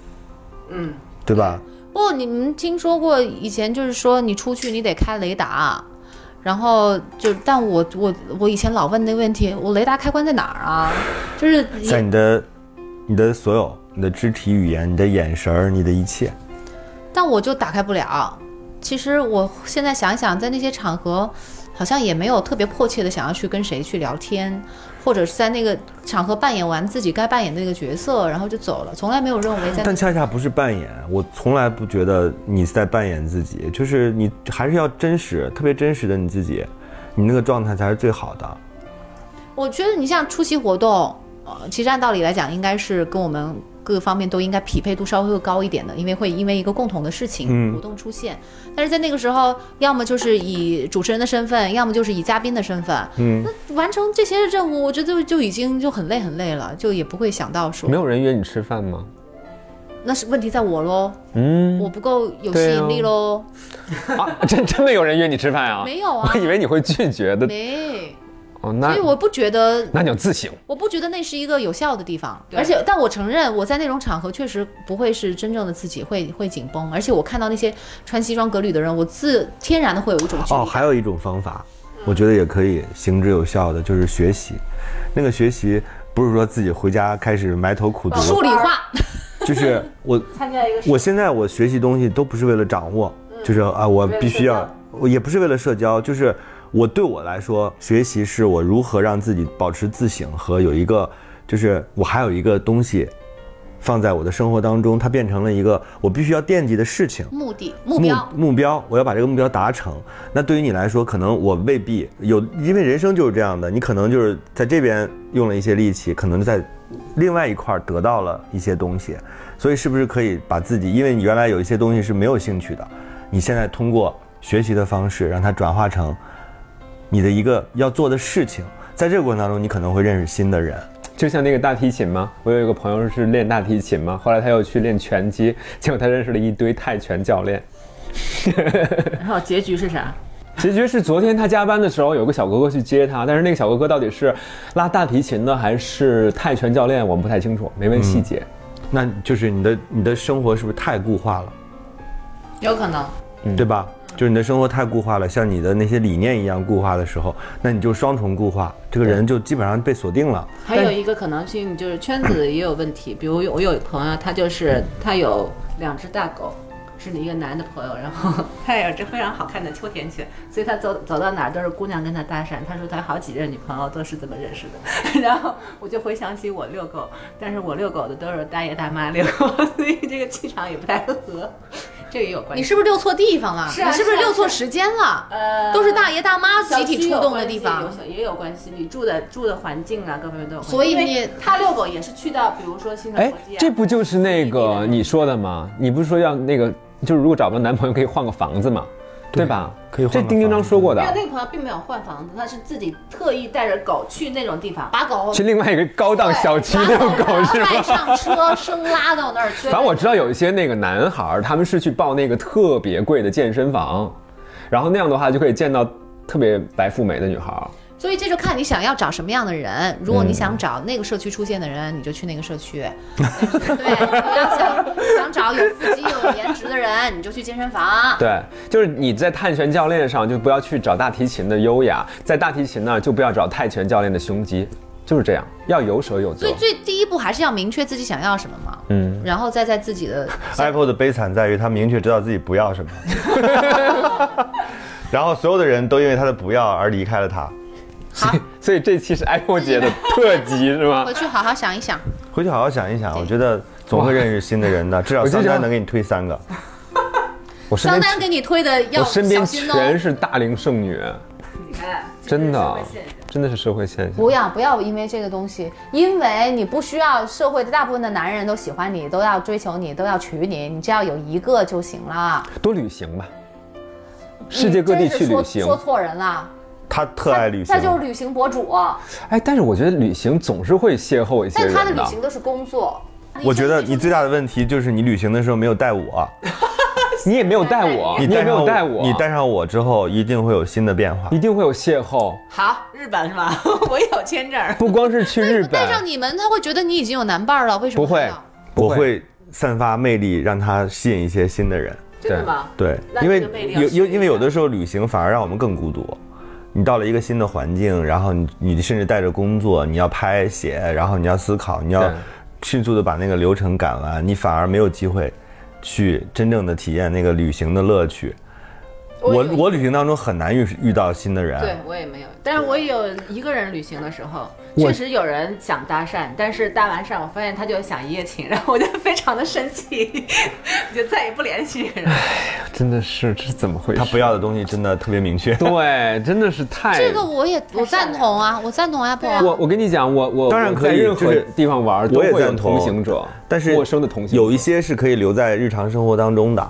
[SPEAKER 1] 嗯，
[SPEAKER 3] 对吧？
[SPEAKER 5] 不过你们听说过以前就是说你出去你得开雷达，然后就但我我我以前老问那问题，我雷达开关在哪儿啊？就是
[SPEAKER 3] 在你的、你的所有、你的肢体语言、你的眼神儿、你的一切，
[SPEAKER 5] 但我就打开不了。其实我现在想一想，在那些场合，好像也没有特别迫切的想要去跟谁去聊天，或者是在那个场合扮演完自己该扮演的那个角色，然后就走了，从来没有认为在
[SPEAKER 3] 但恰恰不是扮演，我从来不觉得你在扮演自己，就是你还是要真实，特别真实的你自己，你那个状态才是最好的。
[SPEAKER 5] 我觉得你像出席活动，呃，其实按道理来讲，应该是跟我们各个方面都应该匹配度稍微会高一点的，因为会因为一个共同的事情、
[SPEAKER 3] 嗯
[SPEAKER 5] 活动出现。但是在那个时候，要么就是以主持人的身份，要么就是以嘉宾的身份，
[SPEAKER 3] 嗯，
[SPEAKER 5] 完成这些任务，我觉得就就已经就很累很累了，就也不会想到说
[SPEAKER 4] 没，有人约你吃饭吗？
[SPEAKER 5] 那是问题在我喽，
[SPEAKER 4] 嗯，
[SPEAKER 5] 我不够有吸引力喽，
[SPEAKER 4] 啊，真真的有人约你吃饭啊？
[SPEAKER 5] 没有啊
[SPEAKER 4] (laughs) 我以为你会拒绝的。
[SPEAKER 5] 没，
[SPEAKER 4] 哦，
[SPEAKER 5] 所
[SPEAKER 4] 那
[SPEAKER 5] 以我不觉得
[SPEAKER 4] 那你要自省。
[SPEAKER 5] 我不觉得那是一个有效的地方，
[SPEAKER 1] 对
[SPEAKER 5] 而且，但我承认我在那种场合确实不会是真正的自己会，会紧绷，而且我看到那些穿西装革履的人，我自天然的会有一种距离
[SPEAKER 3] 哦，
[SPEAKER 5] 感。
[SPEAKER 3] 还有一种方法，我觉得也可以行之有效的，就是学习。那个学习不是说自己回家开始埋头苦读，
[SPEAKER 5] 数理化，
[SPEAKER 3] 就是我
[SPEAKER 1] 参加一个嗯
[SPEAKER 3] 我现在我学习东西都不是为了掌握，就是啊，我必须
[SPEAKER 1] 为
[SPEAKER 3] 要
[SPEAKER 1] 了社，
[SPEAKER 3] 我也不是为了社交，就是我对我来说，学习是我如何让自己保持自省和有一个，就是我还有一个东西放在我的生活当中，它变成了一个我必须要惦记的事情。
[SPEAKER 5] 目的目标，
[SPEAKER 3] 目标，我要把这个目标达成。那对于你来说，可能我未必有，因为人生就是这样的，你可能就是在这边用了一些力气，可能在另外一块儿得到了一些东西。所以是不是可以把自己，因为你原来有一些东西是没有兴趣的，你现在通过学习的方式让它转化成你的一个要做的事情。在这个过程当中，你可能会认识新的人。
[SPEAKER 4] 就像那个大提琴嘛，我有一个朋友是练大提琴嘛，后来他又去练拳击，结果他认识了一堆泰拳教练。
[SPEAKER 1] 然后结局是啥？
[SPEAKER 4] 结局是昨天他加班的时候，有个小哥哥去接他，但是那个小哥哥到底是拉大提琴的还是泰拳教练，我们不太清楚，没问细节。
[SPEAKER 3] 那就是你的你的生活是不是太固化了？
[SPEAKER 5] 有可能。
[SPEAKER 4] 嗯
[SPEAKER 3] 对吧？就是你的生活太固化了，像你的那些理念一样固化的时候，那你就双重固化，这个人就基本上被锁定了。
[SPEAKER 1] 还有一个可能性就是圈子也有问题，比如我有朋友，他就是他有两只大狗，是一个男的朋友，然 (laughs) 后他有哎只非常好看的秋田犬，所以他走走到哪儿都是姑娘跟他搭讪。他说他好几任女朋友都是这么认识的， (laughs) 然后我就回想起我遛狗，但是我遛狗的都是大爷大妈遛狗， (laughs) 所以这个气场也不太合，这个也有关
[SPEAKER 5] 你
[SPEAKER 1] 系。
[SPEAKER 5] 是不是遛错地方了？
[SPEAKER 1] 是啊
[SPEAKER 5] 你是不是
[SPEAKER 1] 是啊
[SPEAKER 5] 遛错时间了？
[SPEAKER 1] 呃
[SPEAKER 5] 都是大爷大妈集体出动的地
[SPEAKER 1] 小
[SPEAKER 5] 方
[SPEAKER 1] 区有关系，有小也有关系，你住的住的环境啊，各方面都有关系。
[SPEAKER 5] 所以
[SPEAKER 1] 因为
[SPEAKER 5] 你
[SPEAKER 1] 他遛狗也是去到，比如说新的
[SPEAKER 4] 哎
[SPEAKER 1] 国际、啊，
[SPEAKER 4] 这不就是那个你说的吗？你不是说要那个，就是如果找不到男朋友可以换个房子嘛，对
[SPEAKER 3] 对
[SPEAKER 4] 吧？
[SPEAKER 3] 可以换
[SPEAKER 4] 这
[SPEAKER 3] 个
[SPEAKER 4] 丁丁章
[SPEAKER 3] 房子
[SPEAKER 4] 说过的
[SPEAKER 1] 没有，那个朋友并没有换房子，他是自己特意带着狗去那种地方。
[SPEAKER 5] 把狗
[SPEAKER 4] 去另外一个高档小区遛狗是吗？
[SPEAKER 5] 带上车，生拉到那儿去
[SPEAKER 4] 反。正我知道有一些那个男孩儿，他们是去报那个特别贵的健身房，然后那样的话就可以见到特别白富美的女孩儿。
[SPEAKER 5] 所以这就看你想要找什么样的人。如果你
[SPEAKER 4] 嗯
[SPEAKER 5] 想找那个社区出现的人，你就去那个社区。 (laughs) 对，你要想想找有腹肌、有颜值的人，你就去健身房。
[SPEAKER 4] 对，就是你在泰拳教练上就不要去找大提琴的优雅，在大提琴那儿就不要找泰拳教练的胸肌，就是这样，要有舍有
[SPEAKER 5] 所
[SPEAKER 4] 得
[SPEAKER 5] 以。最第一步还是要明确自己想要什么嘛，
[SPEAKER 4] 嗯，啊
[SPEAKER 5] 然后再在自己的
[SPEAKER 3] Apple 的悲惨在于他明确知道自己不要
[SPEAKER 4] (laughs)
[SPEAKER 3] 什么，然后所有的人都因为他的不要而离开了他。
[SPEAKER 5] 好
[SPEAKER 4] 所以这期是 Apple 姐的特辑是吗
[SPEAKER 5] 回？去好好想一想。
[SPEAKER 3] 回去好好想一想，我觉得总会认识新的人的，至少
[SPEAKER 4] 我就
[SPEAKER 3] 三
[SPEAKER 4] 想
[SPEAKER 3] 丹能给你推三个。
[SPEAKER 4] 我身
[SPEAKER 5] 桑
[SPEAKER 4] 边
[SPEAKER 5] 丹给你推的要
[SPEAKER 4] 我身边
[SPEAKER 5] 小心哦
[SPEAKER 4] 全。是大龄剩女，
[SPEAKER 1] 你看，
[SPEAKER 4] 真的啊真
[SPEAKER 1] 这是社会现象
[SPEAKER 4] 的是社会现象。
[SPEAKER 6] 不要不要因为这个东西，因为你不需要社会的大部分的男人都喜欢你，都要追求你，都要娶你，你只要有一个就行了。
[SPEAKER 4] 多旅行吧，世界各地
[SPEAKER 6] 你真
[SPEAKER 4] 去
[SPEAKER 6] 是说
[SPEAKER 4] 旅行。
[SPEAKER 6] 说错人了，
[SPEAKER 3] 他特爱旅行
[SPEAKER 6] 他，就是旅行博主，
[SPEAKER 4] 哎，但是我觉得旅行总是会邂逅一些
[SPEAKER 6] 但
[SPEAKER 4] 人
[SPEAKER 6] 他的旅行都是工作。
[SPEAKER 3] 我觉得你最大的问题就是你旅行的时候没有带我，
[SPEAKER 4] 你也没有带我，哦你也
[SPEAKER 3] 带
[SPEAKER 4] 没
[SPEAKER 3] 上
[SPEAKER 4] 有带我，嗯
[SPEAKER 3] 你带上我之后一定会有新的变化
[SPEAKER 4] 一。定会有邂逅。
[SPEAKER 1] 好，日本是吧？ (laughs) 我有签证。
[SPEAKER 4] 不光是去日本
[SPEAKER 5] 带，上你们，他会觉得你已经有男伴了，为什么
[SPEAKER 4] 不会
[SPEAKER 5] 还要
[SPEAKER 3] 我会散发魅力，让他吸引一些新的人。
[SPEAKER 1] 真的吗？
[SPEAKER 3] 对
[SPEAKER 1] 那，
[SPEAKER 3] 因为
[SPEAKER 1] 这个魅力要
[SPEAKER 3] 有
[SPEAKER 1] 试一
[SPEAKER 3] 有因为
[SPEAKER 1] 下
[SPEAKER 3] 有的时候旅行反而让我们更孤独。你到了一个新的环境，然后你你甚至带着工作，你要拍写，然后你要思考，你要
[SPEAKER 4] 对
[SPEAKER 3] 迅速的把那个流程赶完，你反而没有机会去真正的体验那个旅行的乐趣。我
[SPEAKER 1] 也有
[SPEAKER 3] 我旅行当中很难遇遇到新的人，
[SPEAKER 1] 对我也没有，但是我也有一个人旅行的时候，
[SPEAKER 4] 我
[SPEAKER 1] 确实有人想搭讪，但是搭完讪，我发现他就想一夜情，然后我就非常的生气， (laughs) 我就再也不联系这个人。
[SPEAKER 4] 真的是这是怎么回事？
[SPEAKER 3] 他不要的东西真的特别明确。
[SPEAKER 4] (laughs) 对，真的是太
[SPEAKER 5] 这个我也我赞同啊，我赞同 Apple 啊。
[SPEAKER 4] 我我跟你讲，我我
[SPEAKER 3] 当然
[SPEAKER 4] 我
[SPEAKER 3] 可以
[SPEAKER 4] 在任
[SPEAKER 3] 就
[SPEAKER 4] 何
[SPEAKER 3] 是
[SPEAKER 4] 地方玩都
[SPEAKER 3] 我也
[SPEAKER 4] 会有
[SPEAKER 3] 赞同
[SPEAKER 4] 同行者，
[SPEAKER 3] 但是
[SPEAKER 4] (laughs) 陌生的同行者
[SPEAKER 3] 有一些是可以留在日常生活当中的，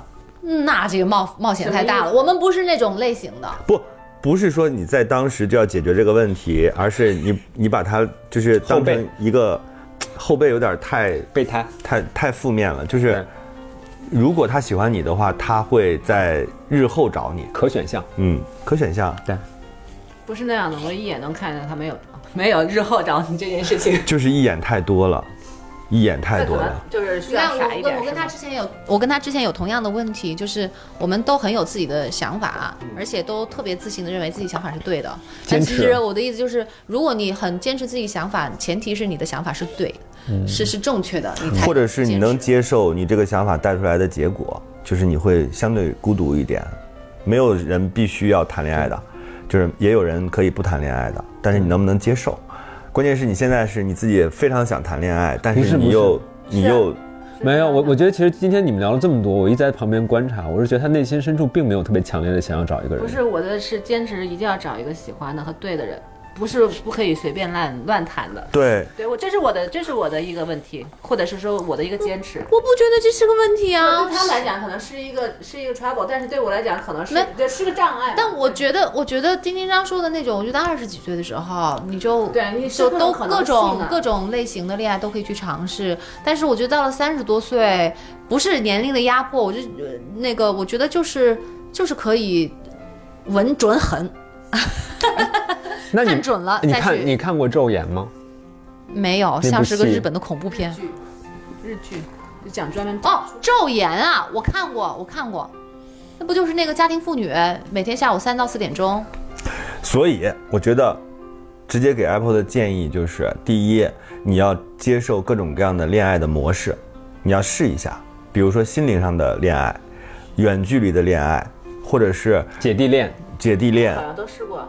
[SPEAKER 5] 嗯那这个冒冒险太大
[SPEAKER 1] 什么意
[SPEAKER 5] 了，
[SPEAKER 1] 思
[SPEAKER 5] 我们不是那种类型的。
[SPEAKER 3] 不不是说你在当时就要解决这个问题，而是你你把它就是当成
[SPEAKER 4] 后背
[SPEAKER 3] 一个后背有点太
[SPEAKER 4] 备胎，
[SPEAKER 3] 太太负面了，就
[SPEAKER 4] 对
[SPEAKER 3] 是如果他喜欢你的话，他会在日后找你，
[SPEAKER 4] 可选项。
[SPEAKER 3] 嗯，可选项
[SPEAKER 4] 对，
[SPEAKER 1] 不是那样的，我一眼能看见他没有 (laughs) 没有日后找你这件事情，
[SPEAKER 3] 就是一眼太多了，一眼 (laughs) 太
[SPEAKER 1] 这
[SPEAKER 3] 多
[SPEAKER 1] 可
[SPEAKER 3] 了
[SPEAKER 1] 能，就是需
[SPEAKER 5] 你
[SPEAKER 1] 要
[SPEAKER 5] 看，
[SPEAKER 1] 傻一
[SPEAKER 5] 我跟
[SPEAKER 1] 点。
[SPEAKER 5] 我跟他
[SPEAKER 1] 是
[SPEAKER 5] 之
[SPEAKER 1] 吗
[SPEAKER 5] 前有，我跟他之前有同样的问题，就是我们都很有自己的想法，
[SPEAKER 6] 嗯
[SPEAKER 5] 而且都特别自信的认为自己想法是对的。但
[SPEAKER 4] 坚
[SPEAKER 5] 其
[SPEAKER 4] 持
[SPEAKER 5] 实我的意思就是，如果你很坚持自己想法，前提是你的想法是对，是是正确的，你
[SPEAKER 3] 嗯
[SPEAKER 5] 才
[SPEAKER 3] 或者是你能
[SPEAKER 5] 坚持
[SPEAKER 3] 接受你这个想法带出来的结果，就是你会相对孤独一点，没有人必须要谈恋爱的，就是也有人可以不谈恋爱的，但是你能不能接受？关键是你现在是你自己也非常想谈恋爱，但
[SPEAKER 4] 不是
[SPEAKER 3] 是
[SPEAKER 4] 不
[SPEAKER 3] 你
[SPEAKER 4] 是
[SPEAKER 3] 又你又
[SPEAKER 5] 啊
[SPEAKER 4] 没有，我我觉得其实今天你们聊了这么多，我一直在旁边观察，我是觉得他内心深处并没有特别强烈的想要找一个人。
[SPEAKER 1] 不是我的是坚持一定要找一个喜欢的和对的人，不是不可以随便乱乱谈的。
[SPEAKER 3] 对
[SPEAKER 1] 对我，这是我的，这是我的一个问题，或者是说我的一个坚持。
[SPEAKER 5] 我不觉得这是个问题啊。
[SPEAKER 1] 对他来讲可能是一个是一个 trouble，但是对我来讲可能是
[SPEAKER 5] 没
[SPEAKER 1] 对是个障碍。
[SPEAKER 5] 但我觉得，我觉得丁丁章说的那种，我觉得二十几岁的时候，你就
[SPEAKER 1] 对你是
[SPEAKER 5] 就
[SPEAKER 1] 各种
[SPEAKER 5] 都
[SPEAKER 1] 可能
[SPEAKER 5] 各种
[SPEAKER 1] 性的
[SPEAKER 5] 各种类型的恋爱都可以去尝试。但是我觉得到了三十多岁，不是年龄的压迫，我就呃那个，我觉得就是就是可以稳准狠，
[SPEAKER 4] 那你
[SPEAKER 5] 看准了
[SPEAKER 4] 你
[SPEAKER 5] 再
[SPEAKER 4] 看
[SPEAKER 5] 去
[SPEAKER 4] 你看过《昼颜》吗？
[SPEAKER 5] 没有
[SPEAKER 4] 那
[SPEAKER 5] 像
[SPEAKER 4] 部
[SPEAKER 5] 是个
[SPEAKER 4] 戏
[SPEAKER 5] 日本的恐怖片
[SPEAKER 1] 剧日剧就讲专门
[SPEAKER 5] 哦，《昼颜》啊，我看过，我看过。那不就是那个家庭妇女每天下午三到四点钟？
[SPEAKER 3] 所以我觉得，直接给 Apple 的建议就是：第一，你要接受各种各样的恋爱的模式，你要试一下，比如说心灵上的恋爱、远距离的恋爱，或者是
[SPEAKER 4] 姐弟恋，
[SPEAKER 3] 姐弟恋
[SPEAKER 1] 好，像都试过，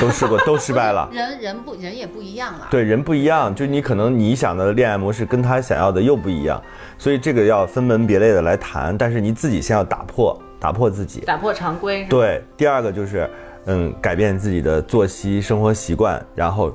[SPEAKER 3] 都试过， (laughs) 都失败了。
[SPEAKER 5] 人人不人也不一样啊了。
[SPEAKER 3] 对人不一样，就你可能你想的恋爱模式跟他想要的又不一样，所以这个要分门别类的来谈。但是你自己先要打破，打破自己。
[SPEAKER 1] 打破常规。
[SPEAKER 3] 对，第二个就是，嗯，改变自己的作息、生活习惯，然后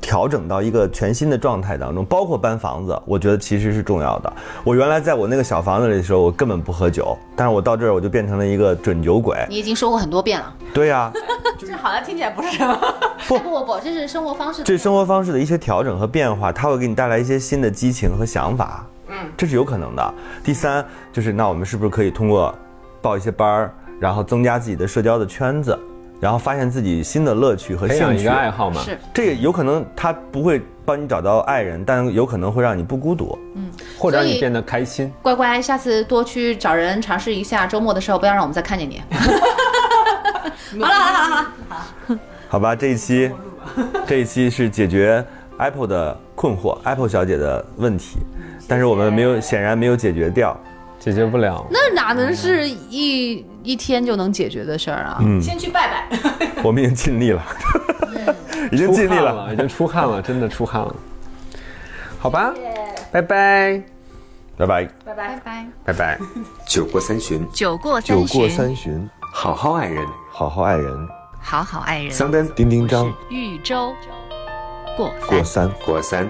[SPEAKER 3] 调整到一个全新的状态当中，包括搬房子，我觉得其实是重要的。我原来在我那个小房子里的时候，我根本不喝酒，但是我到这儿我就变成了一个准酒鬼。
[SPEAKER 5] 你已经说过很多遍了。
[SPEAKER 3] 对呀、
[SPEAKER 1] 这好像听起来不是什么。
[SPEAKER 5] 不不不，这是生活方式。
[SPEAKER 3] 这生活方式的一些调整和变化，它会给你带来一些新的激情和想法，嗯，这是有可能的。第三就是，那我们是不是可以通过报一些班儿，然后增加自己的社交的圈子，然后发现自己新的乐趣和
[SPEAKER 4] 培养
[SPEAKER 3] 兴
[SPEAKER 4] 一
[SPEAKER 3] 趣
[SPEAKER 4] 个？爱好嘛。
[SPEAKER 5] 是
[SPEAKER 3] 这个有可能它不会帮你找到爱人，但有可能会让你不孤独。
[SPEAKER 4] 或者让
[SPEAKER 5] 所
[SPEAKER 4] 你
[SPEAKER 5] 以
[SPEAKER 4] 变得开心。
[SPEAKER 5] 乖乖，下次多去找人尝试一下，周末的时候不要让我们再看见你。 (laughs) 好了好了好了，
[SPEAKER 3] 好吧，这一期，这一期是解决 Apple 的困惑，Apple 小姐的问题，但是我们没有，显然没有解决掉。
[SPEAKER 4] 解决不了。
[SPEAKER 5] 那哪能是一一天就能解决的事儿啊？
[SPEAKER 1] 先去拜拜。
[SPEAKER 3] (laughs) 我们已经尽力了，已经
[SPEAKER 4] 出
[SPEAKER 3] 尽
[SPEAKER 4] 汗
[SPEAKER 3] 力了。
[SPEAKER 4] 已经出汗了，真的出汗了。好吧，拜拜，
[SPEAKER 3] 拜拜。
[SPEAKER 5] 拜拜。
[SPEAKER 4] 拜拜。
[SPEAKER 7] 酒过三巡，
[SPEAKER 5] 酒过
[SPEAKER 3] 酒过三巡，
[SPEAKER 7] 好好爱人。
[SPEAKER 3] 好好爱人。
[SPEAKER 5] 好好爱人
[SPEAKER 7] 桑丹
[SPEAKER 3] 丁丁张
[SPEAKER 5] 豫州过
[SPEAKER 3] 过三。
[SPEAKER 7] 过三。